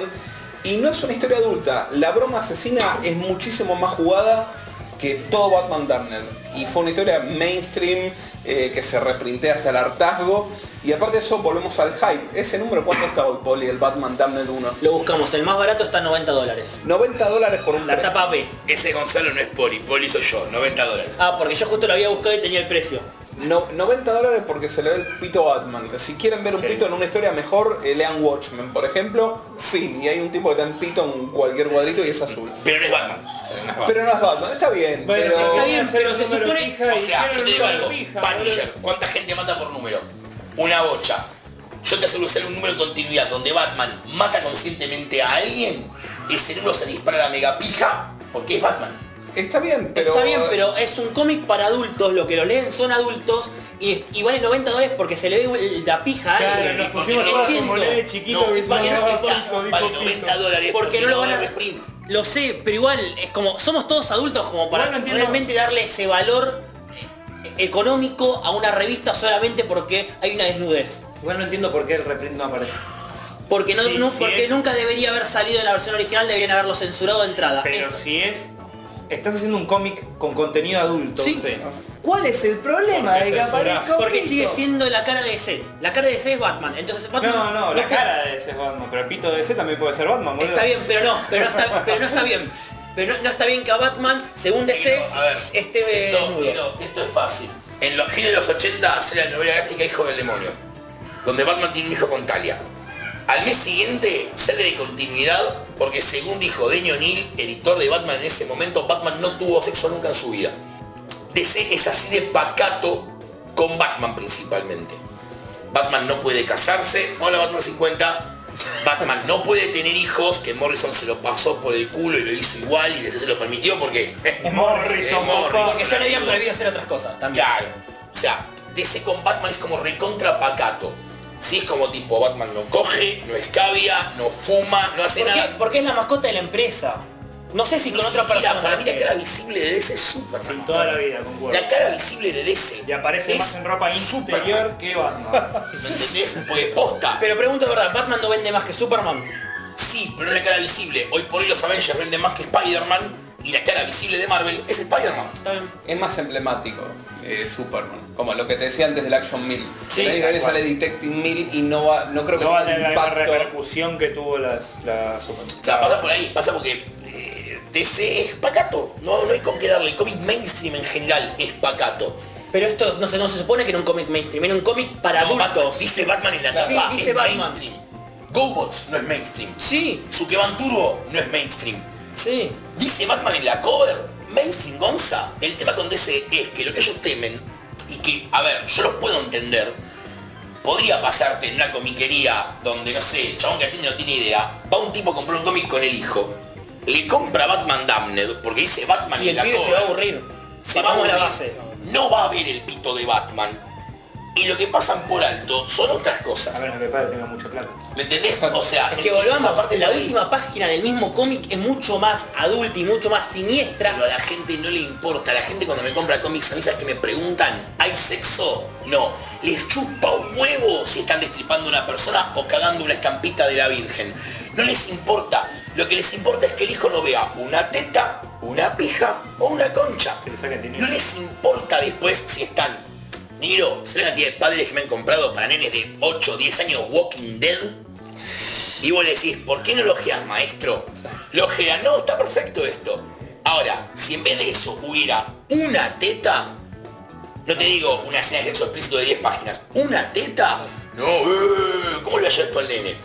Y no es una historia adulta. La broma asesina es muchísimo más jugada que todo Batman Darnell. Y fue una historia mainstream eh, que se reprintea hasta el hartazgo. Y aparte de eso, volvemos al hype. Ese número, ¿cuánto está hoy, Poli? El Batman Darnell 1.
Lo buscamos, el más barato está a 90 dólares.
90 dólares por un
La
pre-
tapa B.
Ese Gonzalo no es Poli, Poli soy yo, 90 dólares.
Ah, porque yo justo lo había buscado y tenía el precio.
No- 90 dólares porque se le ve el pito Batman. Si quieren ver un
Ok.
pito en una historia mejor, eh, lean Watchmen, por ejemplo. Fin. Y hay un tipo que está en pito en cualquier cuadrito y es azul.
Pero no es Batman.
Pero no es Batman, está bien.
Bueno,
pero...
está bien,
hacer
pero
un
se
número
supone-
fija
O
y
sea, yo
hicieron
te digo
un
algo,
fija,
Punisher,
boludo.
¿cuánta gente mata por número? Una bocha. Yo te aseguro que sale un número de continuidad donde Batman mata conscientemente a alguien, el cerebro se dispara la megapija porque es Batman.
Está bien, pero...
Está bien, pero es un cómic para adultos, lo que lo leen son adultos y, es- y vale 90 dólares porque se le ve la pija a
Claro,
alguien.
nos
porque
pusimos
no
todos
entiendo.
como nene chiquito
No,
que decimos,
vale, no,
"Ah,
está-
pito, dijo
Vale
pito".
90 dólares
Porque no lo van a
dar reprint.
Lo sé, pero igual es como somos todos adultos como para
Bueno, entiendo.
realmente darle ese valor eh, económico a una revista solamente porque hay una desnudez.
Igual no entiendo por qué el reprint no aparece.
Porque, no,
Sí,
no-
sí
porque
es.
nunca debería haber salido en la versión original, deberían haberlo censurado de entrada.
Pero
Es-
si es. Estás haciendo un cómic con contenido adulto.
Sí.
¿Cuál es el problema
Porque
de que
censurás.
aparezca un
Porque
pito?
sigue siendo la cara de DC. La cara de DC es Batman. Entonces Batman.
No, no, la
puede-
cara de ese es Batman, pero el pito de ese también puede ser Batman, boludo.
Está bien, pero no, pero no está, pero no está bien. Pero no, no está bien que a Batman, según DC, eh,
Pero, a ver,
esté
esto,
este desnudo.
pero esto es fácil. En los fines de los 80 hace la novela gráfica Hijo del Demonio, donde Batman tiene un hijo con Talia. Al mes siguiente sale de continuidad porque según dijo Deño Neal, editor de Batman en ese momento, Batman no tuvo sexo nunca en su vida. DC es así de pacato con Batman principalmente. Batman no puede casarse, hola Batman 50. Batman no puede tener hijos, que Morrison se lo pasó por el culo y lo hizo igual y DC se lo permitió porque
Es Morrison,
Es Morrison.
Porque ya le habían prohibido hacer otras cosas también.
Claro. O sea, DC con Batman es como recontra pacato. Sí, es como tipo, Batman no coge, no escabia, no fuma, no hace
¿Por qué?
nada.
Porque es la mascota de la empresa. No sé si
Ni
con otra
siquiera,
persona.
para mí la cara visible de DC es Superman.
En toda la vida, concuerdo.
La cara visible de DC
Y aparece
es
más en ropa
Superman,
interior que Batman.
¿Me entendés? Porque posta.
Pero pregunto verdad, ¿Batman no vende más que Superman?
Sí, pero no la cara visible. Hoy por hoy los Avengers venden más que Spider-Man y la cara visible de Marvel es Spider-Man.
Está bien.
Es más emblemático eh, Superman. Como lo que te decía antes del Action 1000.
Sí,
Tenés que
tal
ver,
cual.
sale Detective 1000 y no va, no creo que
No va a
tenga
tener la misma
impacto.
repercusión que tuvo las, la Superman.
O sea, pasa por ahí, pasa porque eh, DC es pacato. No, no hay con qué darle. El cómic mainstream en general es pacato.
Pero esto no se, no se supone que era un cómic mainstream, era un cómic para
No,
adultos.
Batman- dice Batman en la
Sí,
tapa,
dice
es
Batman.
mainstream. GoBots no es mainstream.
Sí,
Sukeban Turbo no es mainstream.
sí.
Dice Batman en la cover, mainstream Gonza. El tema con DC es que lo que ellos temen, y que, a ver, yo los puedo entender, podría pasarte en una comiquería donde, no sé, el chabón que atiende no tiene idea, va un tipo a comprar un cómic con el hijo, le compra Batman Damned, porque dice Batman en
Y el
la
pibe
cover.
se va a aburrir.
Se va a
Sacamos la
morir.
base.
No va a ver el pito de Batman. Y lo que pasan por alto son otras
A
cosas.
menos que padre tenga mucha plata.
¿Me entendés? O sea,
Es que
el-
volvamos,
aparte
la
lo-
última página del mismo cómic es mucho más adulta y mucho más siniestra.
Pero a la gente no le importa. La gente cuando me compra cómics a mí, ¿sabes que me preguntan? ¿Hay sexo? No. Les chupa un huevo si están destripando a una persona o cagando una estampita de la Virgen. No les importa. Lo que les importa es que el hijo no vea una teta, una pija o una concha.
Que le saquen dinero.
No les importa después si están... Niro, ¿se la cantidad de padres que me han comprado para nenes de 8 o 10 años Walking Dead? Y vos le decís, ¿por qué no logeas, maestro? Logeas, no, está perfecto esto. Ahora, si en vez de eso hubiera una teta, No te digo una escena de sexo explícito de 10 páginas. ¿Una teta? No, eh, ¿cómo le va a llevar esto al nene?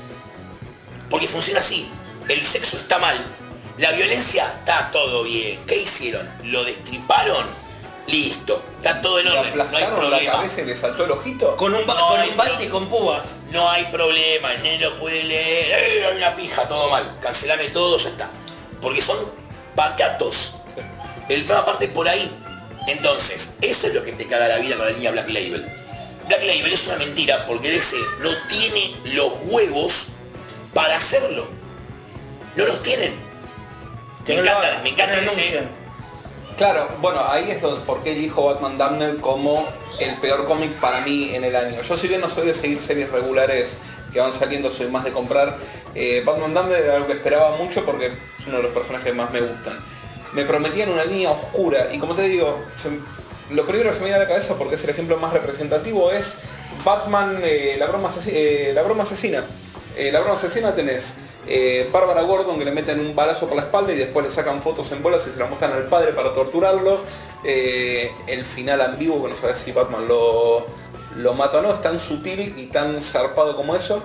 Porque funciona así. El sexo está mal. La violencia está todo bien. ¿Qué hicieron? ¿Lo destriparon? Listo. Está todo en
Le
orden. No hay
aplastaron la
problema.
cabeza y le saltó el ojito.
Con un, ba-
No,
con un
no.
bate y con púas.
No hay problema. El nene lo puede leer. Eh, hay una pija, todo mal. Cancelame todo, ya está. Porque son pacatos. El problema parte por ahí. Entonces, eso es lo que te caga la vida con la línea Black Label. Black Label es una mentira porque DC no tiene los huevos para hacerlo. No los tienen.
Que
me
no lo
encanta,
hagan,
me encanta
que no
DC.
anuncien.
Claro, bueno, ahí es donde, porque elijo Batman Damned como el peor cómic para mí en el año. Yo si bien no soy de seguir series regulares que van saliendo, soy más de comprar. eh, Batman Damned era algo que esperaba mucho porque es uno de los personajes que más me gustan. Me prometían una línea oscura y como te digo, se- lo primero que se me viene a la cabeza porque es el ejemplo más representativo es Batman, eh, la, broma asesi- eh, la broma asesina. Eh, la broma asesina tenés eh, Bárbara Gordon que le meten un balazo por la espalda y después le sacan fotos en bolas y se la muestran al padre para torturarlo. Eh, el final ambiguo que no sabes si Batman lo, lo mata o no, es tan sutil y tan zarpado como eso.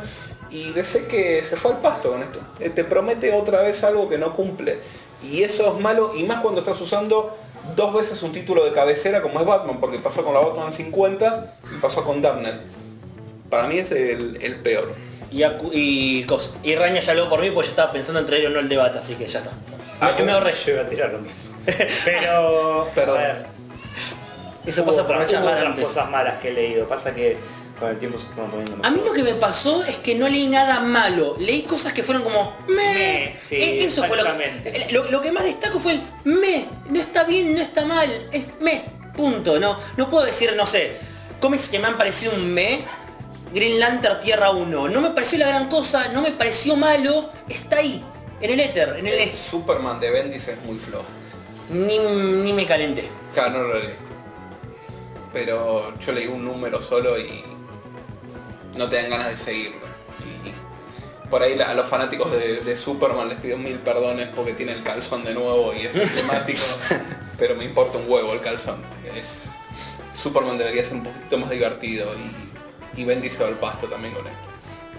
Y DC que se fue al pasto con esto. Eh, te promete otra vez algo que no cumple. Y eso es malo y más cuando estás usando dos veces un título de cabecera como es Batman, porque pasó con la Batman 50 y pasó con Darknet. Para mí es el, el peor.
Y, acu- y, cosa. y Raña ya habló por mí porque yo estaba pensando en traer o no el debate, así que ya está.
Ah,
yo me ahorré.
Yo iba a tirar lo mismo. Pero.
Perdón.
a ver,
Eso pasa
hubo
por no
otras- hubo
charlar
otras
antes.
cosas malas que he leído. Pasa que con el tiempo se fueron poniendo más.
A mí lo que me pasó es que no leí nada malo, leí cosas que fueron como me.
Me, sí,
E- Eso fue lo que,
exactamente.
lo, lo que más destaco fue el me. No está bien, no está mal, es me. Punto, no. No puedo decir, no sé, cómics que me han parecido un me. Green Lantern Tierra 1. No me pareció la gran cosa, no me pareció malo, está ahí, en el éter, en el
El Superman de Bendis es muy flojo.
ni, ni me calenté.
Claro, no lo leí. Pero yo leí un número solo y no te dan ganas de seguirlo. Y por ahí la- a los fanáticos de, de Superman les pido mil perdones porque tiene el calzón de nuevo y es emblemático. pero me importa un huevo el calzón. Es, Superman debería ser un poquito más divertido y, y Bendy se va al pasto también con esto.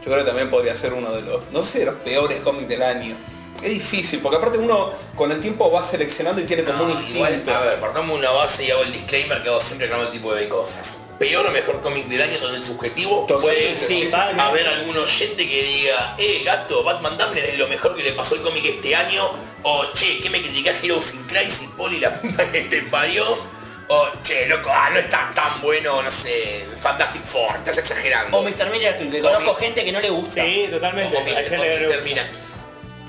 Yo creo que también podría ser uno de los, no sé, de los peores cómics del año. Es difícil, porque aparte uno con el tiempo va seleccionando y tiene como
No,
un instinto.
Ah, igual, a ver, partamos una base y hago el disclaimer que hago siempre con el tipo de cosas. Peor o mejor cómic del año donde el subjetivo puede
Totalmente.
sí,
Sí,
sí, sí.
haber algún oyente que diga, eh gato, Batman Damned es lo mejor que le pasó al cómic este año, o che, ¿qué me criticás Heroes in Crisis, Poli, la puta que te parió? O che, loco, ah, no está tan bueno, no sé, Fantastic Four, estás exagerando.
O Mr. Miracle, que conozco gente que no le gusta.
Sí, totalmente.
O
Hay gente
Mr.
que no le gusta.
termina.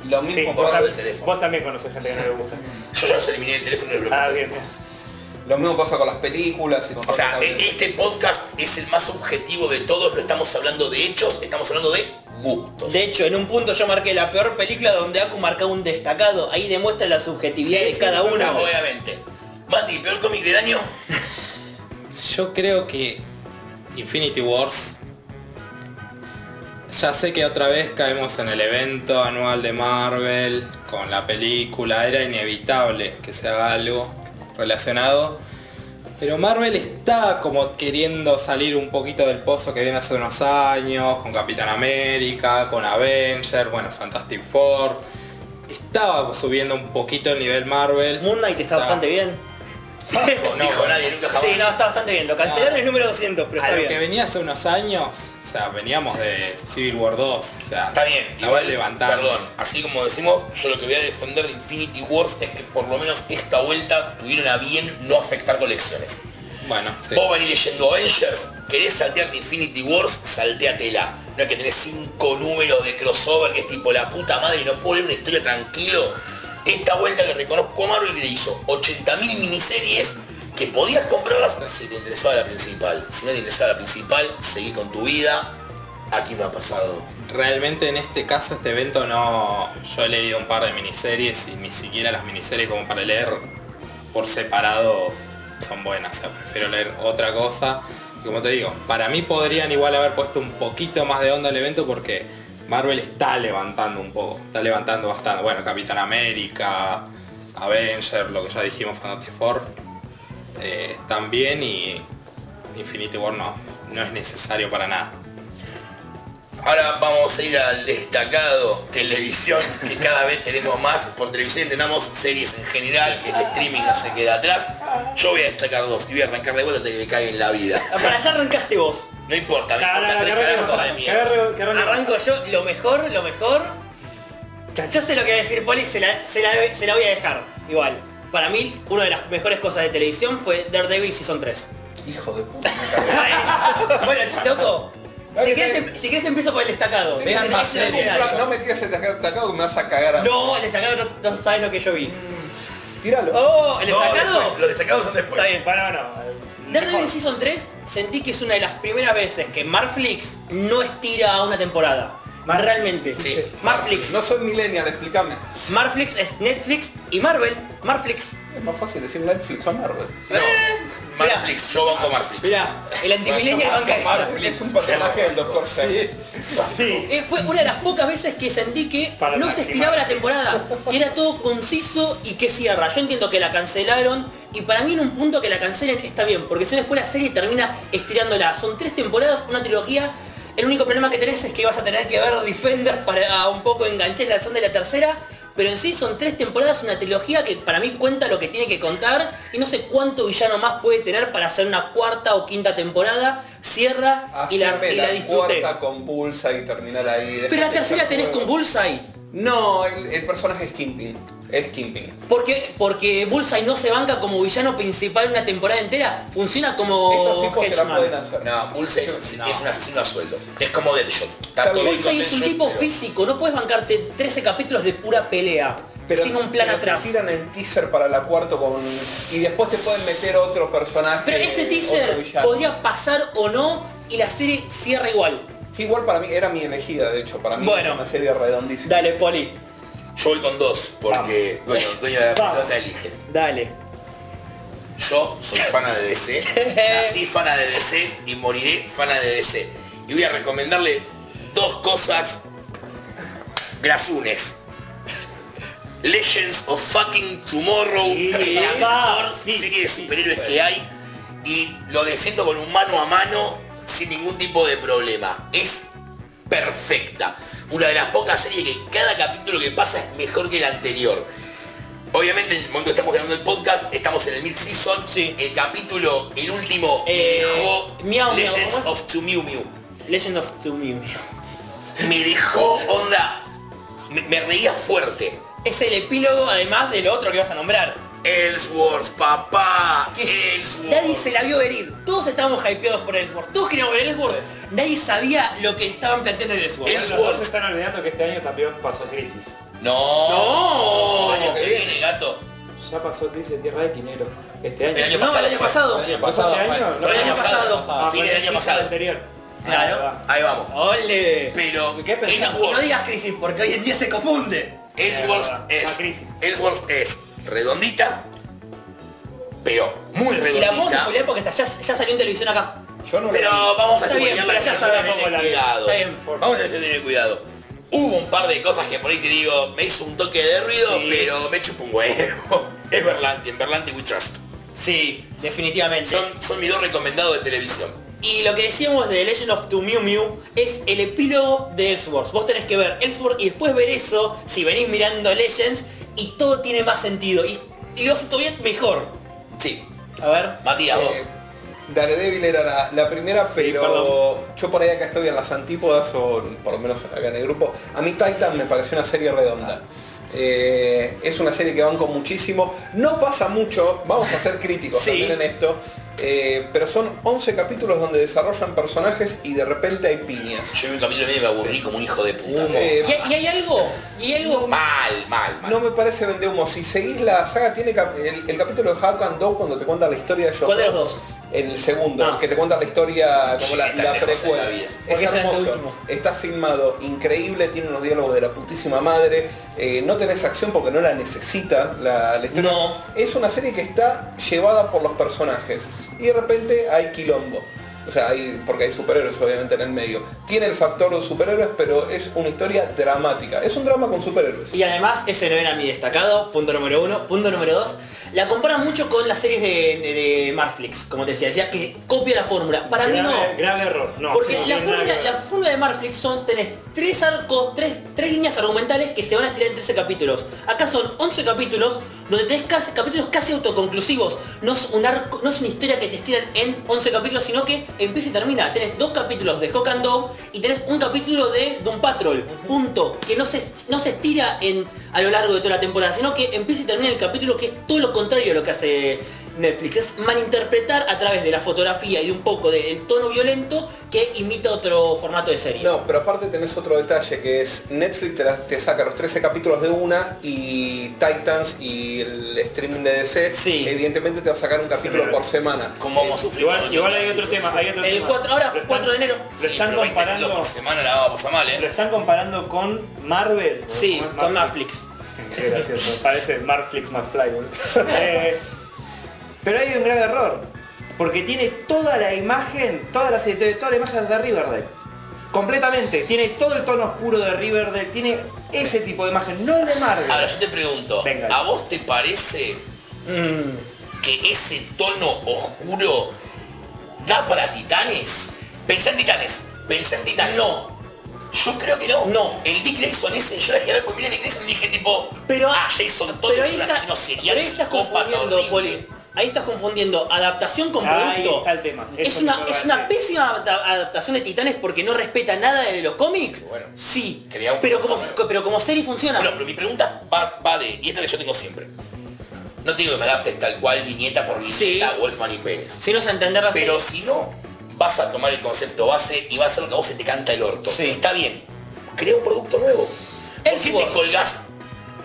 Lo mismo
Sí, vos,
pasa-
borrado el
también,
teléfono.
vos también conoces gente que no le gusta.
Yo ya los eliminé del teléfono y los bloqueé.
Ah, bien, bien.
Lo mismo pasa con las películas y con
O sea,
eh,
tantas-
e- este podcast es el más objetivo de todos, no estamos hablando de hechos, estamos hablando de gustos.
De hecho, en un punto yo marqué la peor película donde Aku marcaba un destacado. Ahí demuestra la subjetividad de cada uno.
Ah, Obviamente. Mati, peor cómic del año.
Yo creo que Infinity Wars. Ya sé que otra vez caemos en el evento anual de Marvel con la película. Era inevitable que se haga algo relacionado. Pero Marvel está como queriendo salir un poquito del pozo que viene hace unos años, con Capitán América, con Avenger, bueno, Fantastic Four. Estaba subiendo un poquito el nivel Marvel.
Moon Knight está
Ah.
bastante bien.
No dijo nadie nunca jamás.
Sí, no, está bastante bien. Lo cancelaron
Ah.
el número 200, pero
a
está
lo que
bien.
venía hace unos años, o sea, veníamos de Civil War 2, o sea,
Está bien,
la
igual
van levantando.
Perdón, así como decimos, yo lo que voy a defender de Infinity Wars es que por lo menos esta vuelta tuvieron a bien no afectar colecciones.
Bueno, sí.
Vos venís leyendo Avengers, querés saltearte Infinity Wars, salteatela. No es que tenés cinco números de crossover que es tipo la puta madre, no puedo leer una historia tranquilo. Esta vuelta le reconozco a Marvel que le hizo 80.000 miniseries que podías comprarlas si te interesaba la principal. Si no te interesaba la principal, seguí con tu vida. Aquí me ha pasado.
realmente en este caso, este evento no... Yo he leído un par de miniseries y ni siquiera las miniseries como para leer por separado son buenas, o sea, prefiero leer otra cosa. Y como te digo, para mí podrían igual haber puesto un poquito más de onda al evento porque Marvel está levantando un poco, está levantando bastante. Bueno, Capitán América, Avenger, lo que ya dijimos, Fantastic Four, eh, también y Infinity War no, no es necesario para nada.
Ahora vamos a ir al destacado televisión, que cada vez tenemos más. Por televisión entendamos series en general, que el streaming no se queda atrás. Yo voy a destacar dos y voy a arrancar de vuelta hasta que me caguen la vida.
Ah, Para allá arrancaste vos.
No importa, me
Ah, No, no,
importa
no,
tres
que arranque
carajos
vos,
de
que
mierda.
arranque- que arranque vos.
Arranco yo, lo mejor, lo mejor. Ya, yo sé lo que va a decir Poli, se la, se la- se la voy a dejar. Igual. Para mí, una de las mejores cosas de televisión fue Daredevil Season 3.
Hijo de puta. me cago.
bueno, loco. Si querés, em- si querés empiezo por el destacado.
Tenía
Ese-
más
ese
series.
era
Claro,
algo.
No me tires el destacado que me vas a cagar a...
No, el destacado no, no sabes lo que yo vi.
Tíralo.
Oh, el
No,
destacado.
después, los destacados son después.
Está bien.
Bueno, bueno.
Daredevil
mejor.
Season 3 sentí que es una de las primeras veces que Marflix no estira a una temporada.
Mar-
Realmente.
Sí.
Marflix.
No soy millennial, explícame.
Marflix es Netflix y Marvel. Marflix. Eh,
Es más fácil decir Netflix o Marvel.
No, Marflix, yo banco Marflix.
Mirá, el antimillennial
Marvel
banca esta.
es un personaje del Doctor Seuss.
Sí.
Eh, Fue una de las pocas veces que sentí que
Para
no se
maximar.
estiraba la temporada, que era todo conciso y que cierra. Yo entiendo que la cancelaron y para mí en un punto que la cancelen está bien, porque si no, después la serie termina estirándola. Son tres temporadas, una trilogía. El único problema que tenés es que vas a tener que ver Defenders para ah, un poco enganchar en la zona de la tercera. Pero en sí son tres temporadas, una trilogía que para mí cuenta lo que tiene que contar y no sé cuánto villano más puede tener para hacer una cuarta o quinta temporada, cierra y la,
Haceme
y
la,
la disfruté.
cuarta con Bullseye y terminar ahí.
Pero la
Déjate
tercera
echar
tenés
huevo.
con Bullseye.
No, el, el personaje es Kimping. Es Kimping.
Porque, porque Bullseye no se banca como villano principal una temporada entera. Funciona
Estos
como
tipos que la
Hedgeman.
pueden hacer.
No, Bullseye es,
No.
es un asesino a sueldo. Es como Deadshot.
Está bien.
bien con
Bullseye es un
Deadshot,
tipo
pero-
físico. No puedes bancarte 13 capítulos de pura pelea. sin un plan
pero
atrás.
Te tiran el teaser para la cuarta con. Y después te pueden meter otro personaje.
Pero ese
otro
teaser
villano.
podría pasar o no y la serie cierra igual.
Sí, igual para mí era mi elegida, de hecho. Para mí
Bueno.
es una serie redondísima.
Dale, Poli.
Yo voy con dos, porque dueño, dueño de la
Vamos.
pelota elige.
Dale.
Yo soy fana de DC, nací fana de DC y moriré fana de DC. Y voy a recomendarle dos cosas grasunes. Legends of Fucking Tomorrow,
Sí,
es la
papá,
mejor
sí,
serie de superhéroes que hay y lo defiendo con un mano a mano sin ningún tipo de problema. Es perfecta. Una de las pocas series que cada capítulo que pasa es mejor que el anterior. Obviamente, en el momento que estamos grabando el podcast, estamos en el mid season.
Sí.
El capítulo, el último, me
Eh,
dejó
Miau Miau,
Legends
¿cómo es?
of To Mew Mew.
Legend of Two Mew Mew.
Me dejó onda. Me, me reía fuerte.
Es el epílogo además del otro que vas a nombrar.
Ellsworth, papá.
que
Ellsworth.
nadie se la vio venir. Todos estábamos hypeados por Ellsworth. Todos queríamos ver Ellsworth. Nadie sabía lo que estaban planteando en Ellsworth.
El-
Los dos se están olvidando que este año también pasó crisis.
No. El año que viene, gato.
Ya pasó crisis en Tierra de Quinero. Este
El año
año.
No,
pasado.
el año
fue.
pasado.
El año
¿Pasó
pasado.
este año?
fue-
Fue el año pasado.
Ah,
Fin
fue
del
el
año
season
pasado.
anterior.
Claro.
Ah,
Ahí vamos.
¡Ole!
Pero
¿Qué
Y
pensás?
no, y no digas crisis porque hoy en día se confunde.
Ellsworth
Ah,
es,
crisis.
Ellsworth es redondita, pero muy
Y la vamos a
redondita.
spoilear porque está- ya, ya salió en televisión acá.
Yo no lo
Pero
vi.
vamos a
Está bien,
spoilearla,
pero ya
hay que
sabemos
tener
cómo la vi.
cuidado.
Está bien.
Vamos a tener cuidado. Hubo un par de cosas que por ahí te digo, me hizo un toque de ruido,
Sí.
pero me chupo un huevo. Es Berlanti, en Berlanti we trust.
Sí, definitivamente.
Son, son mis dos recomendados de televisión.
Y lo que decíamos de Legend of Two Mew Mew es el epílogo de Ellsworth. Vos tenés que ver Ellsworth y después ver eso, si venís mirando Legends, y todo tiene más sentido. Y, y lo hace todavía mejor.
Sí,
A ver.
Matías, vos.
Eh, Daredevil era la, la primera, pero
perdón.
yo por ahí acá estoy en las antípodas, o por lo menos acá en el grupo. A mí Titan me pareció una serie redonda. Eh, es una serie que banco muchísimo. No pasa mucho, vamos a ser críticos
Sí.
también en esto, eh, pero son 11 capítulos donde desarrollan personajes y de repente hay piñas.
Yo vi un capítulo y medio y me aburrí como un hijo de puta.
Eh,
Y, y hay algo, y hay algo
Mal, mal, mal.
no me parece vende humo. Si seguís la saga, tiene cap- el, el capítulo de Hawk and Dove cuando te cuenta la historia de Joker.
¿Cuál de los dos?
El segundo,
Ah.
el que te cuenta la historia
Sí,
como la,
está
la
lejos de
precuela.
la vida.
Es
Porque ese es el
hermoso.
último.
Está filmado increíble, tiene unos diálogos de la putísima madre. Eh, no tenés acción porque no la necesita la, la historia.
No.
Es una serie que está llevada por los personajes. Y de repente hay quilombo. O sea, hay, porque hay superhéroes obviamente en el medio. Tiene el factor de superhéroes, pero es una historia dramática. Es un drama con superhéroes.
Y además, ese no era mi destacado, punto número uno. Punto número dos, la comparan mucho con las series de, de- de Marflix, como te decía, decía que copia la fórmula. Para mí
grave,
no.
grave error. No,
Porque
no,
la,
no,
fórmula,
no, no.
la fórmula de Marflix son, tenés tres arcos, tres, tres líneas argumentales que se van a estirar en 13 capítulos. Acá son 11 capítulos donde tenés casi, capítulos casi autoconclusivos. No es, un arco, no es una historia que te estiran en 11 capítulos, sino que empieza y termina. Tenés dos capítulos de Hawk and Dove y tenés un capítulo de Doom Patrol. Punto. Que no se, no se estira en, a lo largo de toda la temporada, sino que empieza y termina el capítulo que es todo lo contrario a lo que hace Netflix es malinterpretar a través de la fotografía y de un poco del tono violento que imita otro formato de serie.
No, pero aparte tenés otro detalle que es Netflix te, las- te saca los 13 capítulos de una y Titans y el streaming de DC
Sí.
evidentemente te va a sacar un capítulo
pero-
por semana.
¿Cómo vamos a sufrir?
Igual, igual hay
Eso
otro
fue-
tema, hay otro
El
tema.
4, ahora,
Lo están-
4 de enero.
Lo
Sí,
están
pero 20
comparando-
minutos por semana la vamos a pasar mal,
Lo
¿eh?
están comparando con Marvel. ¿no?
Sí,
es
con Netflix.
Qué gracioso. Parece Marflix McFly. boludo. Eh, pero hay un grave error. Porque tiene toda la imagen, toda la, serie- toda la imagen de Riverdale. Completamente. Tiene todo el tono oscuro de Riverdale. Tiene ese tipo de imagen, no el de Marvel.
Ahora, yo te pregunto,
Venga.
¿a vos te parece
Mm.
que ese tono oscuro da para titanes? Pensá en titanes, pensá en titanes. No. Yo creo que no.
No.
El Dick Grayson ese, yo la dije a ver, pues mira Dick Grayson y dije tipo,
Pero-
ah, Jason Todd
Pero
es
ahí,
un
está-
asesino serial,
pero ahí estás
psicópata
confundiendo,
horrible.
Poli. Ahí estás confundiendo adaptación con
Ahí
producto.
está el tema.
Es
Eso
una,
mismo
es
iba a
una
decir.
pésima adapta- adaptación de Titanes porque no respeta nada de los cómics.
Bueno,
sí,
crea un
pero como,
cómic.
pero como serie funciona.
Bueno, pero mi pregunta va, va de, y es la que yo tengo siempre. No te digo que me adaptes tal cual, viñeta por viñeta,
Sí.
Wolfman y Pérez.
si no se entender la
Pero
serie.
si no, vas a tomar el concepto base y vas a hacer lo que a vos se te canta el orto.
Sí.
Está bien. Crea un producto nuevo. ¿Por qué te
Elseworlds.
colgás?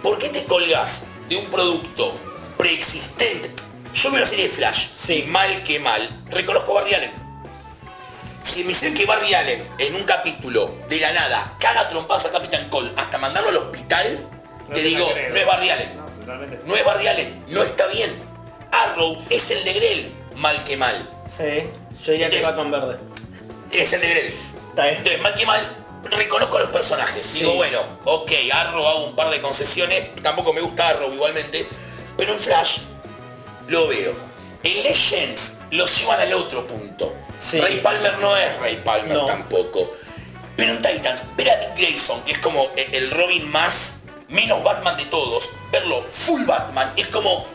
¿Por qué te colgás de un producto preexistente? Yo veo la serie de Flash.
Sí.
Y mal que mal, reconozco a Barry Allen. Si me hicieron que Barry Allen en un capítulo de la nada caga trompadas a Capitán Cole hasta mandarlo al hospital,
No
te
la
digo,
creo.
no es Barry Allen.
No, totalmente.
No es Barry Allen, no está bien. Arrow es el de Grell, mal que mal.
Sí, yo diría que
Entonces-
va con verde.
Es el de Grell.
Está bien.
Entonces, mal que mal, reconozco a los personajes. Digo, bueno, ok, Arrow hago un par de concesiones. Tampoco me gusta Arrow igualmente. Pero en Flash lo veo. En Legends lo llevan al otro punto.
Sí.
Ray Palmer no es Ray Palmer
No.
tampoco. Pero en Titans, ver a Dick Grayson, que es como e- el Robin más, menos Batman de todos, verlo full Batman, es como,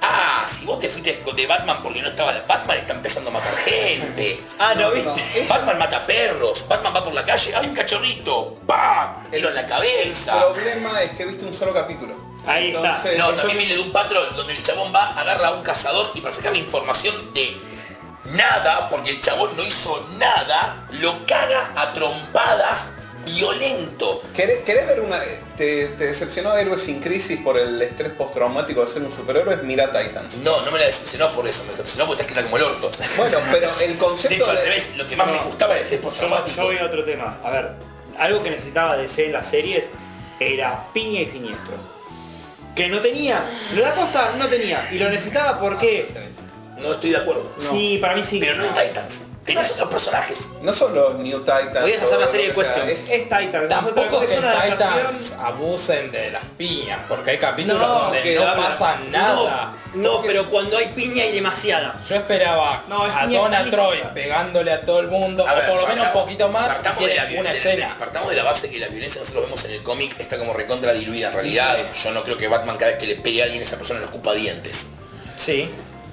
ah, si vos te fuiste de Batman porque no estaba Batman, está empezando a matar gente.
Ah, no,
No,
viste.
no.
Batman mata perros, Batman va por la calle, hay un cachorrito, ¡pam! Tiro en la cabeza.
El problema es que viste un solo capítulo.
Ahí está.
Entonces,
Ah. No, también viene de un patrón donde el chabón va, agarra a un cazador y para sacar la información de nada, porque el chabón no hizo nada, lo caga a trompadas violento.
¿Querés, querés ver una... Te, te decepcionó Héroes sin Crisis por el estrés postraumático de ser un superhéroe? Mira Titans.
No, no me la decepcionó por eso, me decepcionó porque está escrita como el orto.
Bueno, pero el
De
concepto
hecho, al
de-
revés, lo que más
No.
me gustaba era el después
Yo,
traumático.
yo voy a otro tema. A ver, algo que necesitaba DC en las series era piña y siniestro. Que no tenía. La posta no tenía. Y lo necesitaba porque...
No estoy de acuerdo.
Sí, para mí sí.
Pero no en Titans. Tenés otros personajes.
No son los New Titans.
Podías hacer
o
la
lo
serie
que
de
sea,
Question.
es-
Es Titans. es otra
Tampoco
cosa,
que
es
en
una
Titans
adaptación.
abusen de las piñas, porque hay capítulos
No,
donde
que
no
da-
pasa nada.
No, no, pero cuando hay piña hay demasiada.
Yo esperaba
No, es
a
piña
Donna
explícita.
Troy pegándole a todo el mundo,
A
o
ver,
por lo menos un
partamos-
poquito más, y
partamos de la
tiene
violen-
una
de-
escena.
Partamos de la base que la violencia nosotros vemos en el cómic está como recontra diluida en realidad. Yo no creo que Batman cada vez que le pegue a alguien esa persona le ocupa dientes.
Sí.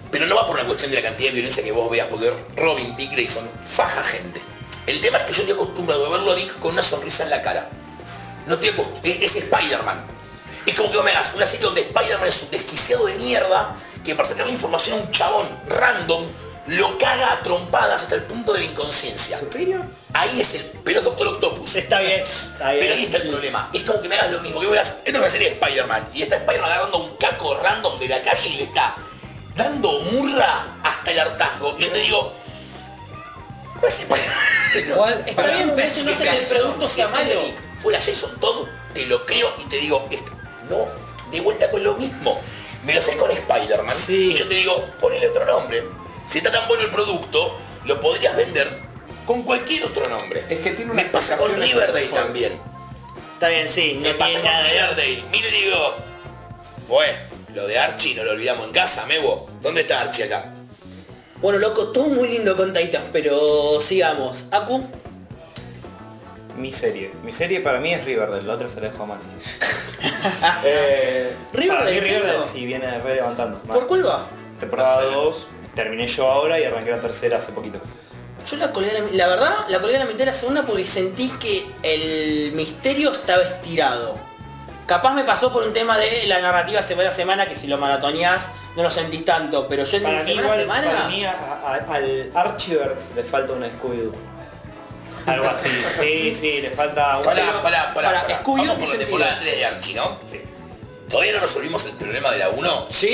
Pero no va por una cuestión de la cantidad de violencia que vos veas, porque Robin Dick Grayson faja gente. El tema es que yo estoy acostumbrado a verlo a Dick con una sonrisa en la cara. No estoy acostumbrado. Es Spider-Man. Es como que vos me hagas una serie donde Spider-Man es un desquiciado de mierda que para sacar la información a un chabón random lo caga a trompadas hasta el punto de la inconsciencia. Ahí es el. Pero es Doctor Octopus.
Está bien. Está bien.
Pero ahí está el problema. Es como que me hagas lo mismo. Que veas, esto es una serie de Spider-Man. Y está Spider-Man agarrando un caco random de la calle y le está dando murra hasta el hartazgo. Y yo te digo. No es Spider-Man.
Igual,
Está bien, pero eso no hace que el producto sea malo.
Nick fuera Jason Todd, te lo creo y te digo, "Est- no, de vuelta con lo mismo. Me lo haces con Spider-Man
Sí.
y yo te digo, ponle otro nombre. Si está tan bueno el producto, lo podrías vender con cualquier otro nombre.
Es que tiene una
Me pasa con
explicación de-
Riverdale también.
Está bien, sí, no
Me pasa
tiene
con
nada de
Riverdale. Mire, digo, pues, lo de Archie no lo olvidamos en casa, Mebo. ¿Dónde está Archie acá?
Bueno, loco, todo muy lindo con Titan, pero sigamos. Aku,
Mi serie. Mi serie para mí es Riverdale, la otra se la dejo a Mati. eh,
Riverdale,
para mí
¿en serio?
Riverdale sí viene re levantando.
¿por cuál va?
Temporada
Tercera.
2, terminé yo ahora y arranqué la tercera hace poquito.
Yo la colgué a la, la verdad, la colgué a la mitad de la segunda porque sentí que el misterio estaba estirado. Capaz me pasó por un tema de la narrativa semana a semana, que si lo maratoneás no lo sentís tanto, pero yo en
Para mí,
semana
igual,
a semana...
para mí a- a- al Archivers le falta un Scooby-Doo. Algo así. sí, sí, le falta un...
Pará, pará, pará.
Para,
pará.
Scooby-Doo,
Vamos
¿qué
por la
sentido?
temporada 3 de Archie, ¿no?
Sí.
¿Todavía no resolvimos el problema de la 1?
Sí,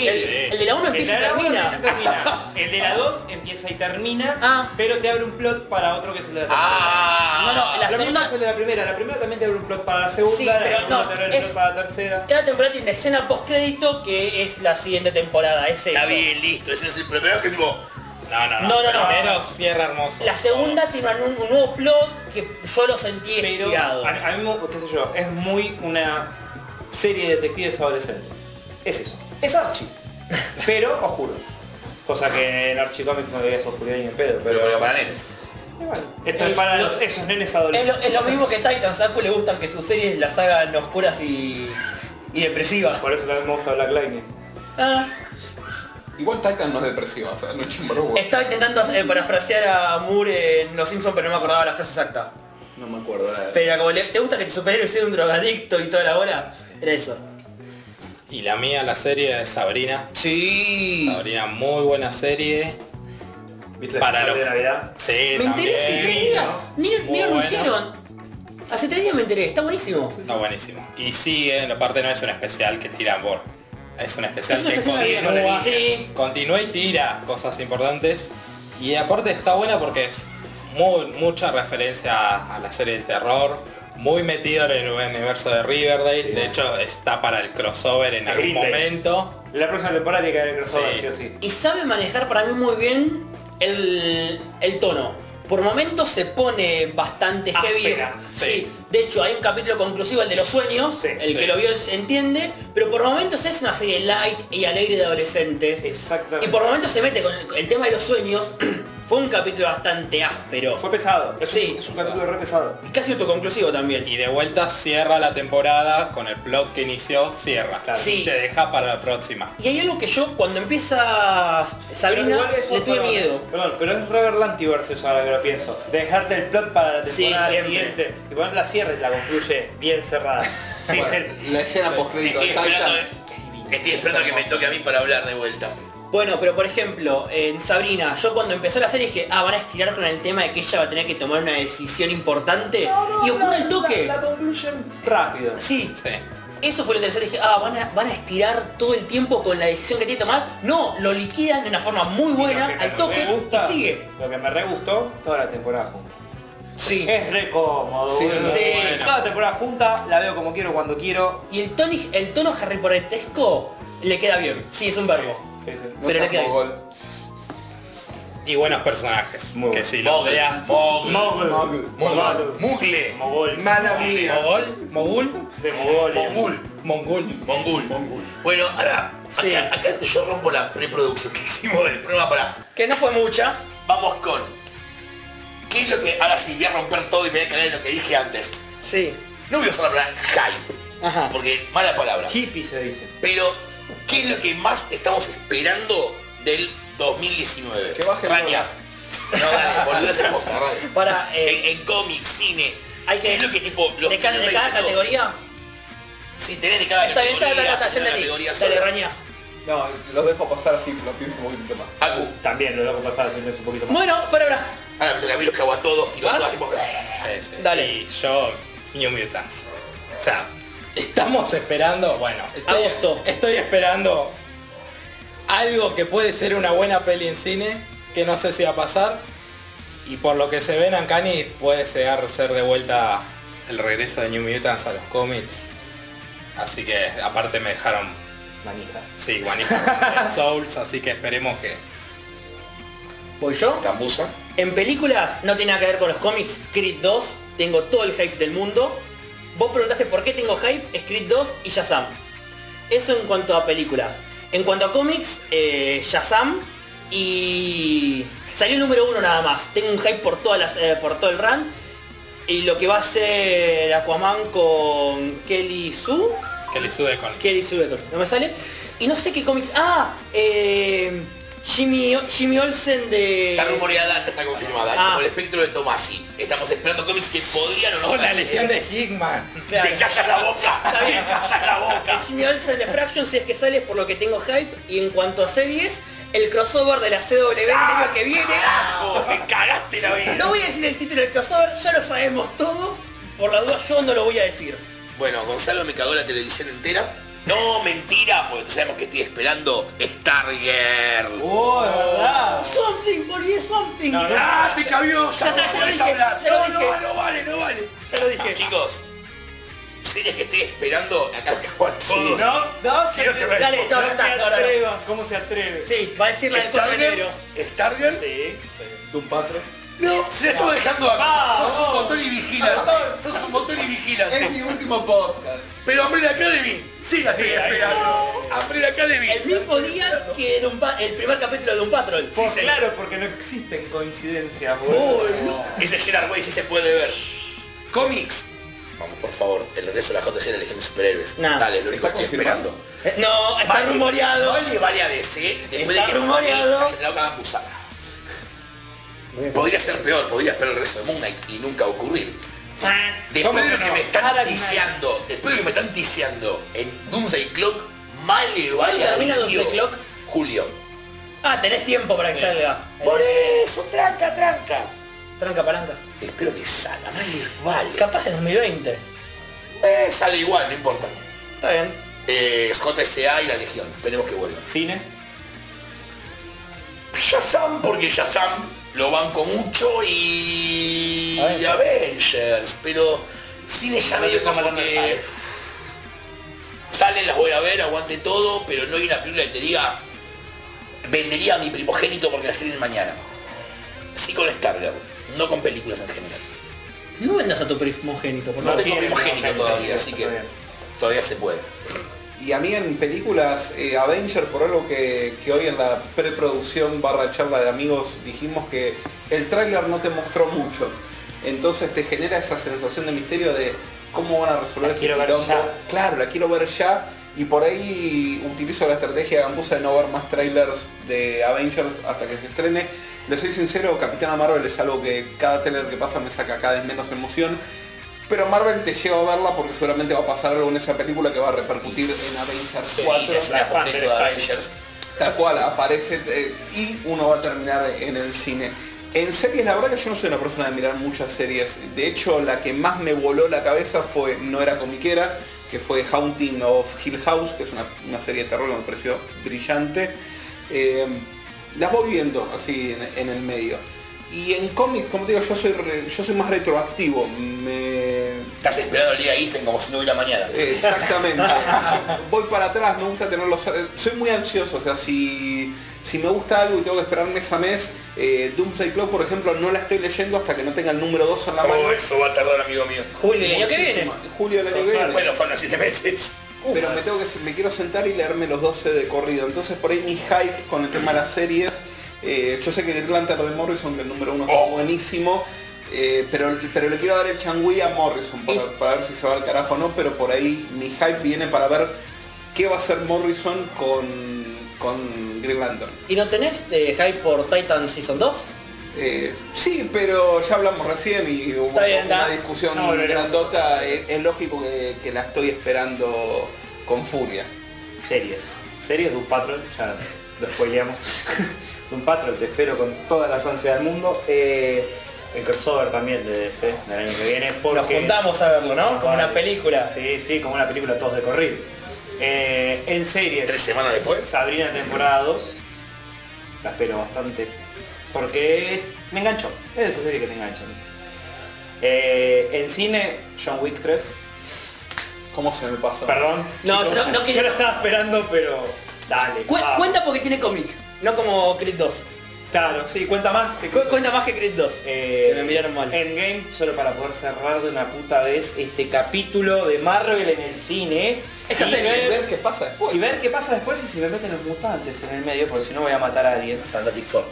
Sí.
el, el de la 1 empieza y
la uno
termina.
empieza y termina. El de la 2 empieza y termina,
Ah.
pero te abre un plot para otro que es el de la tercera.
Ah,
No, no, la
Lo mismo
segunda...
es el de la primera, la primera también te abre un plot para la segunda,
Sí,
la
pero
segunda
no,
te abre un
es-
plot para la tercera.
Cada temporada tiene una escena postcrédito que es la siguiente temporada, es eso.
Está bien, listo. Ese es el primero que tipo... No, no, no.
No, no, no.
Primero cierra hermoso.
La segunda tiene un, un nuevo plot que yo lo sentí
Pero
estirado.
a, a mí, me- qué sé yo, es muy una serie de detectives adolescentes. Es eso. Es Archie. pero oscuro. Cosa que en Archie Comics no veías oscuridad ni en pedo,
Pero,
pero...
pero para nenes.
igual, esto es,
Es
para
lo-
los- esos nenes
Es lo,
adolescentes.
es lo mismo que Titans, a Aku le gustan que sus series las hagan oscuras y, y depresivas.
Por eso también me gusta Black Lightning.
Ah,
Igual Titan no es depresiva, o sea, no es chimbo,
estaba intentando eh, parafrasear a Moore en Los Simpsons, pero no me acordaba la frase exacta.
No me acuerdo. eh.
Pero era como, le- ¿te gusta que tu superhéroe sea un drogadicto y toda la bola? Era eso.
Y la mía, la serie es Sabrina.
Sí.
Sabrina, muy buena serie.
¿Viste la
Para
especial
los-
de Navidad?
Sí,
Me enteré hace
también.
tres días, ni, lo- ni
Muy
lo
buena.
anunciaron. Hace tres días me enteré, está buenísimo.
Está buenísimo. Y sigue, en la parte no es un especial que tira por. Es un especial
Es un
que
especial
de
continúa,
Navidad.
Sí.
continúa y tira cosas importantes. Y aparte está buena porque es muy, mucha referencia a, a la serie del terror. Muy metido en el universo de Riverdale.
Sí.
De hecho, está para el crossover en
De
algún
Green Day.
momento.
La próxima temporada tiene que haber crossover,
Sí.
sí o sí.
y sabe manejar para mí muy bien el, el tono. Por momentos se pone bastante heavy.
Áspera,
sí.
sí.
De hecho, hay un capítulo conclusivo, el de los sueños.
Sí,
el que
sí.
lo vio se entiende. Pero por momentos es una serie light y alegre de adolescentes.
Exactamente.
Y por momentos se mete con el, el tema de los sueños. Fue un capítulo bastante áspero.
Fue pesado. Es
Sí.
un, es un capítulo re pesado.
Y casi autoconclusivo también.
Y de vuelta cierra la temporada con el plot que inició, cierra.
Claro.
Sí.
Te deja para la próxima.
Y hay algo que yo cuando empieza
Pero
Sabrina
igual eso-
le tuve
perdón,
miedo.
Perdón, pero es Rever Lantiverse eso ahora que lo pienso. Dejarte el plot para la
Sí,
temporada
siempre.
siguiente. Te pones la cierres, la concluye bien cerrada. Sin
Bueno,
ser-
la escena postcrédito
Estoy
de
esperando,
Titan.
eh. Estoy esperando que me toque a mí para hablar de vuelta.
Bueno, pero por ejemplo, en Sabrina, yo cuando empezó la serie dije, ah, van a estirar con el tema de que ella va a tener que tomar una decisión importante.
No, no,
y ocurre
la-
el toque.
La, la concluyen rápido.
Sí,
Sí.
eso fue lo interesante. Dije, ah, van a, van a estirar todo el tiempo con la decisión que tiene que tomar. No, lo liquidan de una forma muy buena,
Y lo que
al
me
toque,
re gusta-
y sigue.
Lo que me re gustó, toda la temporada junta.
Sí.
Es re cómodo.
Sí,
boludo.
sí.
Toda la temporada junta, la veo como quiero, cuando quiero.
Y el, toni- el tono Harry Potteresco le queda bien. Sí, es un verbo.
Sí, sí.
No
Pero
seas
le queda-
mogol.
Y buenos personajes.
Muy
que
bueno.
si los
Mogle,
veas.
Mogle,
Mogul.
Mogul.
Mogle, Mugle,
Mogol.
Mala mía.
Mogol, Mogul,
De Mongolia.
Mongul,
Mongul.
Mongul. Bueno, ahora,
Sí.
acá, acá yo rompo la preproducción que hicimos del programa para...
Que no fue mucha.
Vamos con... ¿Qué es lo que... Ahora sí, voy a romper todo y me voy a cagar en lo que dije antes.
Sí.
No voy a usar la palabra hype,
Ajá.
porque mala palabra.
Hippie se dice.
Pero, ¿qué es lo que más estamos esperando del 2019?
Que baje el
Rania. No, dale, boludo, se posta, Rania.
Para, eh,
En, en cómics, cine.
Hay que-
¿Qué es lo que tipo... Los
de, cada, de cada categoría.
Si tenés de cada
Está bien, está
categoría.
bien, está
si tenés
bien, está bien,
categoría
ya entendí. Dale,
sola.
Rania.
No, los dejo pasar así, lo pienso un poquito más.
Aku.
También lo dejo pasar haciendo eso un poquito más.
Bueno, para ahora.
Ahora me toca a mí los cago a todos, tiro a
¿Vas?
todas, tipo... ¡eh!
Sí, sí.
Dale.
Y yo, New Mutants. O sea, estamos esperando, bueno, estoy,
Agosto.
estoy esperando algo que puede ser una buena peli en cine, que no sé si va a pasar. Y por lo que se ve en Uncanny, puede llegar a ser de vuelta el regreso de New Mutants a los cómics. Así que, aparte me dejaron,
Manija.
sí, Guanita Souls, así que esperemos que
Voy yo.
Cambusa.
En películas no tiene nada que ver con los cómics. Creed 2, tengo todo el hype del mundo. Vos preguntaste por qué tengo hype, es Creed 2 y Shazam. Eso en cuanto a películas. En cuanto a cómics, eh, Shazam y... Salió el número uno nada más. Tengo un hype por, todas las, eh, por todo el run. Y lo que va a ser Aquaman con Kelly Sue.
Que le sube con
Kelly Sue, Becker, no me sale. Y no sé qué cómics... Ah, eh, Jimmy, Jimmy Olsen de...
Está rumoreada, no está confirmada. Es
Ah.
como el espectro de Tomasi. Estamos esperando cómics que podrían o no
Con la
salir.
legión de Hickman.
Claro.
¡Te callas la boca!
Está bien.
¡Te callas la boca!
Jimmy Olsen de Fraction, si es que sale es por lo que tengo hype. Y en cuanto a series, el crossover de la CW el
Ah.
año que viene.
¡Carajo! ¡Me cagaste la vida!
No voy a decir el título del crossover, ya lo sabemos todos. Por la duda yo no lo voy a decir.
Bueno, Gonzalo me cagó la televisión entera. No, mentira, porque sabemos que estoy esperando Stargirl.
¡Oh, de verdad!
Something, morí something.
No, no.
¡Ah, te cabió! ¡Ya
Ya
no
está, ya lo
podés
dije,
hablar!
ya lo
no,
dije.
no, no vale, no vale. Ah,
Ya lo dije.
Chicos, series que estoy esperando acá los cago a
Sí,
todos.
No, no,
Sí,
se
no se ve.
Dale, no,
no
ya
se
está, no, no, no.
atreva. ¿Cómo se atreve?
Sí, va a decir la del 4 de
Stargirl,
enero.
Stargirl,
Sí.
Doom Patrol.
no, se la estuvo dejando
Ah,
acá. Sos un
vamos.
botón y vigilante. Sos un botón y
Es
vigilante.
mi último podcast.
Pero Umbrella Academy, sí la estoy
Sí, ahí
esperando. Umbrella Academy.
El mismo día que Doom Pa- el primer capítulo de un Patrol.
Por-
señor.
claro, porque no existen coincidencias, boludo.
Boludo. Ese Gerard Way sí se puede ver. Cómics. Vamos, por favor, el regreso a la JC en la Legión de Superhéroes.
Nah.
Dale, lo único que estoy esperando.
Eh, No, está
Vale.
rumoreado.
Vale, vale a DC. Después
Está
de que
rumoreado.
Mamá Mía, la hagan abusar. Podría ser peor, podría esperar el regreso de Moon Knight y nunca ocurrir. Después de lo
que
que
no?
me están
Harald
tiseando, después de lo que me están tiseando en Doomsday Clock, mal le vale a
termina
Dios.
Doomsday Clock?
Julio.
Ah, tenés tiempo para que salga.
Por
Eh,
eso, tranca, tranca.
Tranca palanca.
Espero que salga, mal les vale.
Capaz en 2020.
Eh, sale igual, no importa.
Está bien.
Eh, JSA y la Legión, esperemos que vuelvan.
Cine.
Shazam, porque Shazam lo banco mucho y... y Avengers, pero cine ya medio como que... Salen, las voy a ver, aguante todo, pero no hay una película que te diga vendería a mi primogénito porque las tienen mañana. Sí con Stargirl, no con películas en general.
No vendas a tu primogénito, por
No
favor.
tengo
tiene
primogénito
primogénito,
todavía, así
está
que
bien.
todavía se puede.
Y a mí en películas, eh, Avenger, por algo que, que hoy en la preproducción barra charla de amigos dijimos que el tráiler no te mostró mucho. Entonces te genera esa sensación de misterio de cómo van a resolver
La
este
quiero ver
quilombo.
ya.
Claro, la quiero ver ya. Y por ahí utilizo la estrategia gambusa de no ver más trailers de Avengers hasta que se estrene. Les soy sincero, Capitana Marvel es algo que cada trailer que pasa me saca cada vez menos emoción. Pero Marvel te lleva a verla porque seguramente va a pasar algo en esa película que va a repercutir en Avengers
Sí,
4.
la escena
la fan
post-crédito
del
de
fan.
Avengers.
Tal cual, aparece eh, y uno va a terminar en el cine. En series, la verdad que yo no soy una persona de mirar muchas series. De hecho, la que más me voló la cabeza fue, no era comiquera, que fue Haunting of Hill House, que es una, una serie de terror que me pareció brillante. Eh, las voy viendo así en, en el medio. Y en cómics, como te digo, yo soy, re- yo soy más retroactivo. Me,
Estás esperando el día Ifen como si no hubiera mañana.
Exactamente. Voy para atrás, me gusta tenerlos. Soy muy ansioso, o sea, si, si me gusta algo y tengo que esperar mes a mes, eh, Doomsday Clock, por ejemplo, no la estoy leyendo hasta que no tenga el número 2 en la mano.
Oh, eso va a tardar, amigo mío.
Julio, el año que viene.
Muchísimo. Julio del año que viene.
Bueno, fueron siete meses.
Pero me, tengo que, me quiero sentar y leerme los 12 de corrido. Entonces por ahí mi hype con el tema de las series. eh, yo sé que el Lantern de Morrison, que el número uno está
Oh.
buenísimo. eh, pero, pero le quiero dar el changüí a Morrison para, para ver si se va al carajo o no. Pero por ahí mi hype viene para ver qué va a hacer Morrison con, con Green Lantern.
¿Y no tenés eh, hype por Titan Season 2?
Eh, sí, pero ya hablamos recién y hubo
Está bien,
una
da.
discusión
No volveremos.
grandota. Eh, Es, es lógico que, que la estoy esperando con furia.
Series. Series Doom Patrol, ya lo spoileamos. Doom Patrol, te espero con toda la ansia del mundo. Eh, el crossover también de DC del año que viene. Porque
Nos juntamos a verlo, ¿no? Como una película.
Sí, sí, como una película todos de corrido. Eh, en series.
Tres semanas después.
Sabrina temporada 2. La espero bastante. Porque me enganchó. Es esa serie que te engancha. ¿viste? Eh, en cine, John Wick 3.
¿Cómo se me pasó?
Perdón.
No,
chicos.
yo no- no
yo
quiero-
lo estaba esperando, pero. Dale.
Cu-
vamos.
Cuenta porque tiene cómic, no como Creed 2.
Está Claro, sí, cuenta más. que-
Cu- cuenta más que Creed 2.
Eh,
Que me miraron mal.
Endgame, solo para poder cerrar de una puta vez este capítulo de Marvel en el cine.
Esta
Y
serie. ¿eh?
ver-
ver qué pasa después.
Oh, Y ver qué pasa después y si me meten los mutantes en el medio, porque si no voy a matar a alguien.
Fantastic Four.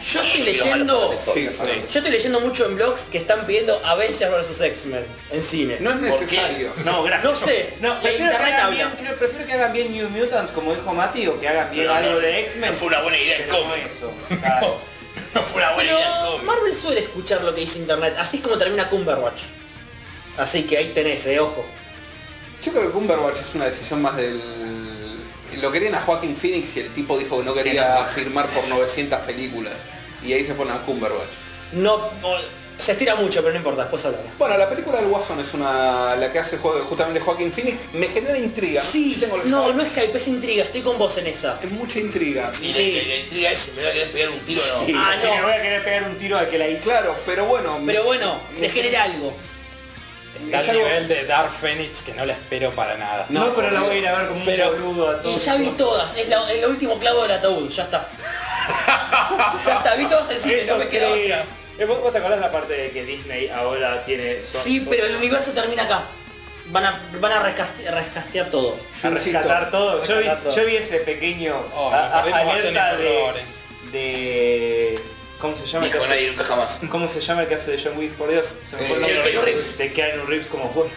Yo estoy
Yo quiero
leyendo.
ver a
Sí, sí.
Yo estoy leyendo mucho en blogs que están pidiendo Avengers vs X-Men en cine.
No es
¿Por qué?
necesario.
No, gracias.
No sé,
No,
la
prefiero que,
internet
hagan
habla.
bien, creo- prefiero que hagan bien New Mutants, como dijo Mati, o que hagan bien
No, no,
algo
no.
de X-Men.
No fue una buena idea el
Pero no
cómic.
eso, claro.
No fue una buena
Pero
idea el cómic.
Marvel suele escuchar lo que dice internet, así es como termina Cumberbatch. Así que ahí tenés, eh, ojo.
Yo creo que Cumberbatch es una decisión más del... Lo querían a Joaquin Phoenix y el tipo dijo que no quería firmar por 900 películas. Y ahí se fueron a Cumberbatch.
No, no- se estira mucho, pero no importa, después hablamos.
Bueno, la película del Guasón es una... La que hace jo- justamente Joaquin Phoenix. Me genera intriga. sé
Sí,
si tengo el-
no, no es hype, es intriga, estoy con vos en esa.
Es mucha intriga.
Sí,
Sí.
La, la intriga es si me va a querer pegar un tiro o no.
Ah,
Si
no.
le voy a querer pegar un tiro al que la hizo.
Claro, pero bueno... me-
Pero bueno, te genera algo.
Está
Es
al
algo-
nivel de Dark Phoenix que no la espero para nada.
No,
No,
pero la voy a ir a ver como un
pero-
boludo a
Y
todos.
ya vi todas, es la- el último clavo del ataúd, ya está. ya está, vi todas en cine,
Eso
no me queda
que-
otra.
Eh, ¿Vos, vos te acordás la parte de que Disney ahora tiene... son-
Sí, pero el universo termina acá. Van a, van a rescaste- rescastear todo.
Yo
a
insisto.
rescatar todo. Yo vi,
Rescatar todo.
yo vi ese pequeño
Oh,
a- a-
nos perdimos a
alerta
Jennifer
de,
Lawrence.
de... ¿Cómo se llama? el que
Dijo
hace-
nadie nunca jamás.
¿Cómo se llama el que hace de John Wick? Por Dios, se me fue el
Eh,
nombre.
Keanu Reeves.
De Keanu Reeves como Juan.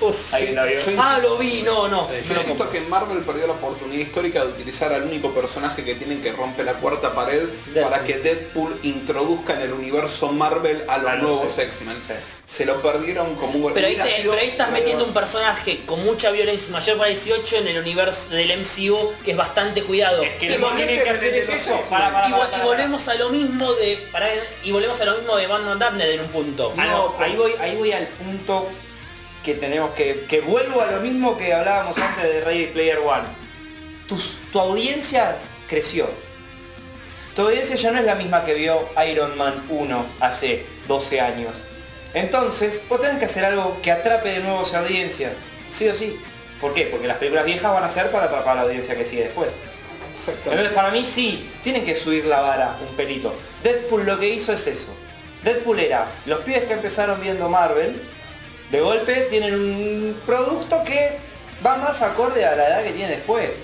Uf.
Ahí la vio.
Yo insisto.
Ah, lo vi, no, no.
Sí.
Yo siento que Marvel perdió la oportunidad histórica de utilizar al único personaje que tienen que rompe la cuarta pared para que Deadpool introduzca en el universo Marvel a los
Ah,
A los
nuevos
X-
X-Men.
sí.
Se lo perdieron como un
Pero ahí,
hubiera
te-
sido
pero ahí estás
la-
metiendo un personaje con mucha violencia mayor para 18 en el universo del MCU que es bastante cuidado.
Es que
Y
lo que
volvete
tienen que
a
hacer es
meter
eso.
los
Para, para,
y,
para,
vol- y
para.
volvemos a lo mismo de. pará, y volvemos a lo mismo de Batman Damned en un punto.
Ah, no, ahí, voy, ahí voy al punto que tenemos que... Que vuelvo a lo mismo que hablábamos antes de Ready Player One. Tus- tu audiencia creció. Tu audiencia ya no es la misma que vio Iron Man 1 hace 12 años. Entonces, vos tenés que hacer algo que atrape de nuevo esa audiencia. Sí o sí. ¿Por qué? Porque las películas viejas van a ser para atrapar a la audiencia que sigue después. Entonces, para mí sí, tienen que subir la vara un pelito. Deadpool lo que hizo es eso. Deadpool era, los pibes que empezaron viendo Marvel, de golpe tienen un producto que va más acorde a la edad que tienen después.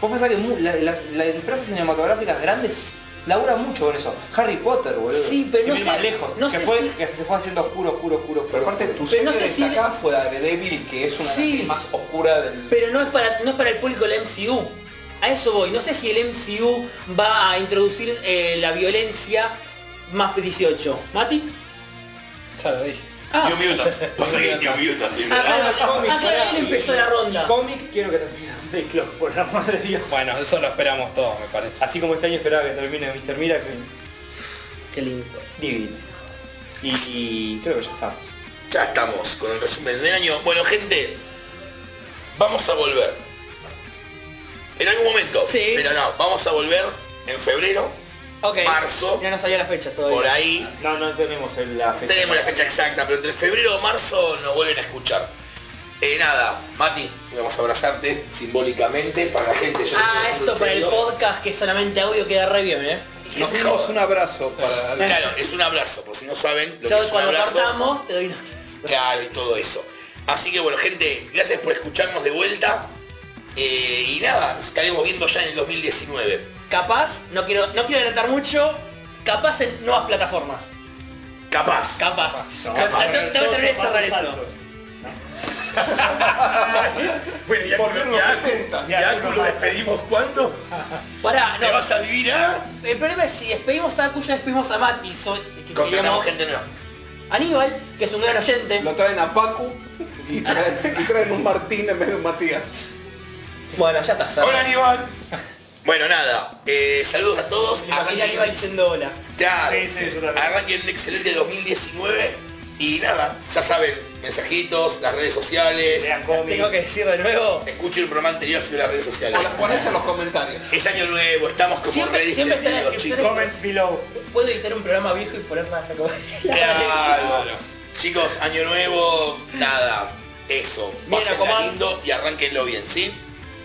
Vos pensás que mu- la- las, las empresas cinematográficas grandes laburan mucho con eso. Harry Potter, boludo.
Sí, pero
Sin
no
ir
sé-
más lejos.
no
que
sé
fue-
si-
que se fue haciendo oscuro, oscuro, oscuro.
Pero aparte tu
Pero
serie
no
no
sé si-
destacada fue Daredevil, que es una
Sí.
de las más oscura del...
Pero no es para, no es para el público del MCU. A eso voy. No sé si el MCU va a introducir eh, la violencia más 18. ¿Mati?
Ya lo dije.
Ah,
New Mutants. Pasa que New Mutants. New
ah,
Mutants.
claro,
Ah, cómic,
ah, claro,
pará.
él empezó la ronda.
Cómic, quiero que termine de Clock, por el amor de Dios.
Bueno, eso lo esperamos todos, me parece.
Así como este año esperaba que termine Mr. Miracle,
Qué lindo.
divino. Y creo que ya estamos.
Ya estamos con el resumen del año. Bueno, gente, vamos a volver. En algún momento.
Sí.
Pero no, vamos a volver en febrero.
Ok.
Marzo.
Ya no sabía la fecha todavía.
Por ahí.
No, no tenemos el- la fecha.
Tenemos la fecha exacta, pero entre febrero o marzo nos vuelven a escuchar. Eh, nada, Mati, vamos a abrazarte simbólicamente para la gente. Yo
Ah,
estoy
esto para el
dulceando.
podcast que es solamente audio queda re bien, ¿eh?
Y
Nos
se
dimos
joda.
un abrazo para...
Claro, es un abrazo, por si no saben lo
Yo
que es un
cuando
abrazo.
partamos te doy una...
Claro, y todo eso. Así que bueno, gente, gracias por escucharnos de vuelta. Eh, y nada, nos estaremos viendo ya en el 2019.
Capaz, no quiero, no quiero adelantar mucho, capaz en nuevas plataformas.
Capaz.
Capaz.
Capaz.
Yo Tengo que terminar de cerrar eso.
Bueno, y a
Volver
Culo-
los
y a-
70.
y a Culo lo despedimos cuándo?
Pará, no.
¿Te vas a vivir ah? a?
El problema es si despedimos a Cuyo, despedimos a Mati. so- que
Contratamos
seríamos-
gente nueva.
Aníbal, que es un gran oyente.
Lo traen a Pacu y traen, y traen un Martín en vez de un Matías.
Bueno, ya está cerrado.
Hola Aníbal. Bueno, nada. eh, saludos a todos.
Me imaginé a Aníbal
Arranquen,
diciendo hola.
claro,
Sí, sí, yo también.
arranquen un excelente 2019. Y nada, ya saben, mensajitos, las redes sociales.
Vean
Tengo
cómics.
que decir de nuevo.
Escuchen el programa anterior sobre las redes sociales.
Las pones en los comentarios.
Es año nuevo, estamos como
Siempre-
re
siempre está en la
distendidos,
descripción.
chicos.
Comments below.
Puedo editar un programa viejo y poner más
Claro.
Claro.
Chicos, año nuevo, nada. Eso.
Bien,
Pásenla
Acomán.
lindo y arranquenlo bien, ¿sí?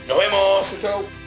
Nos vemos.
Chau.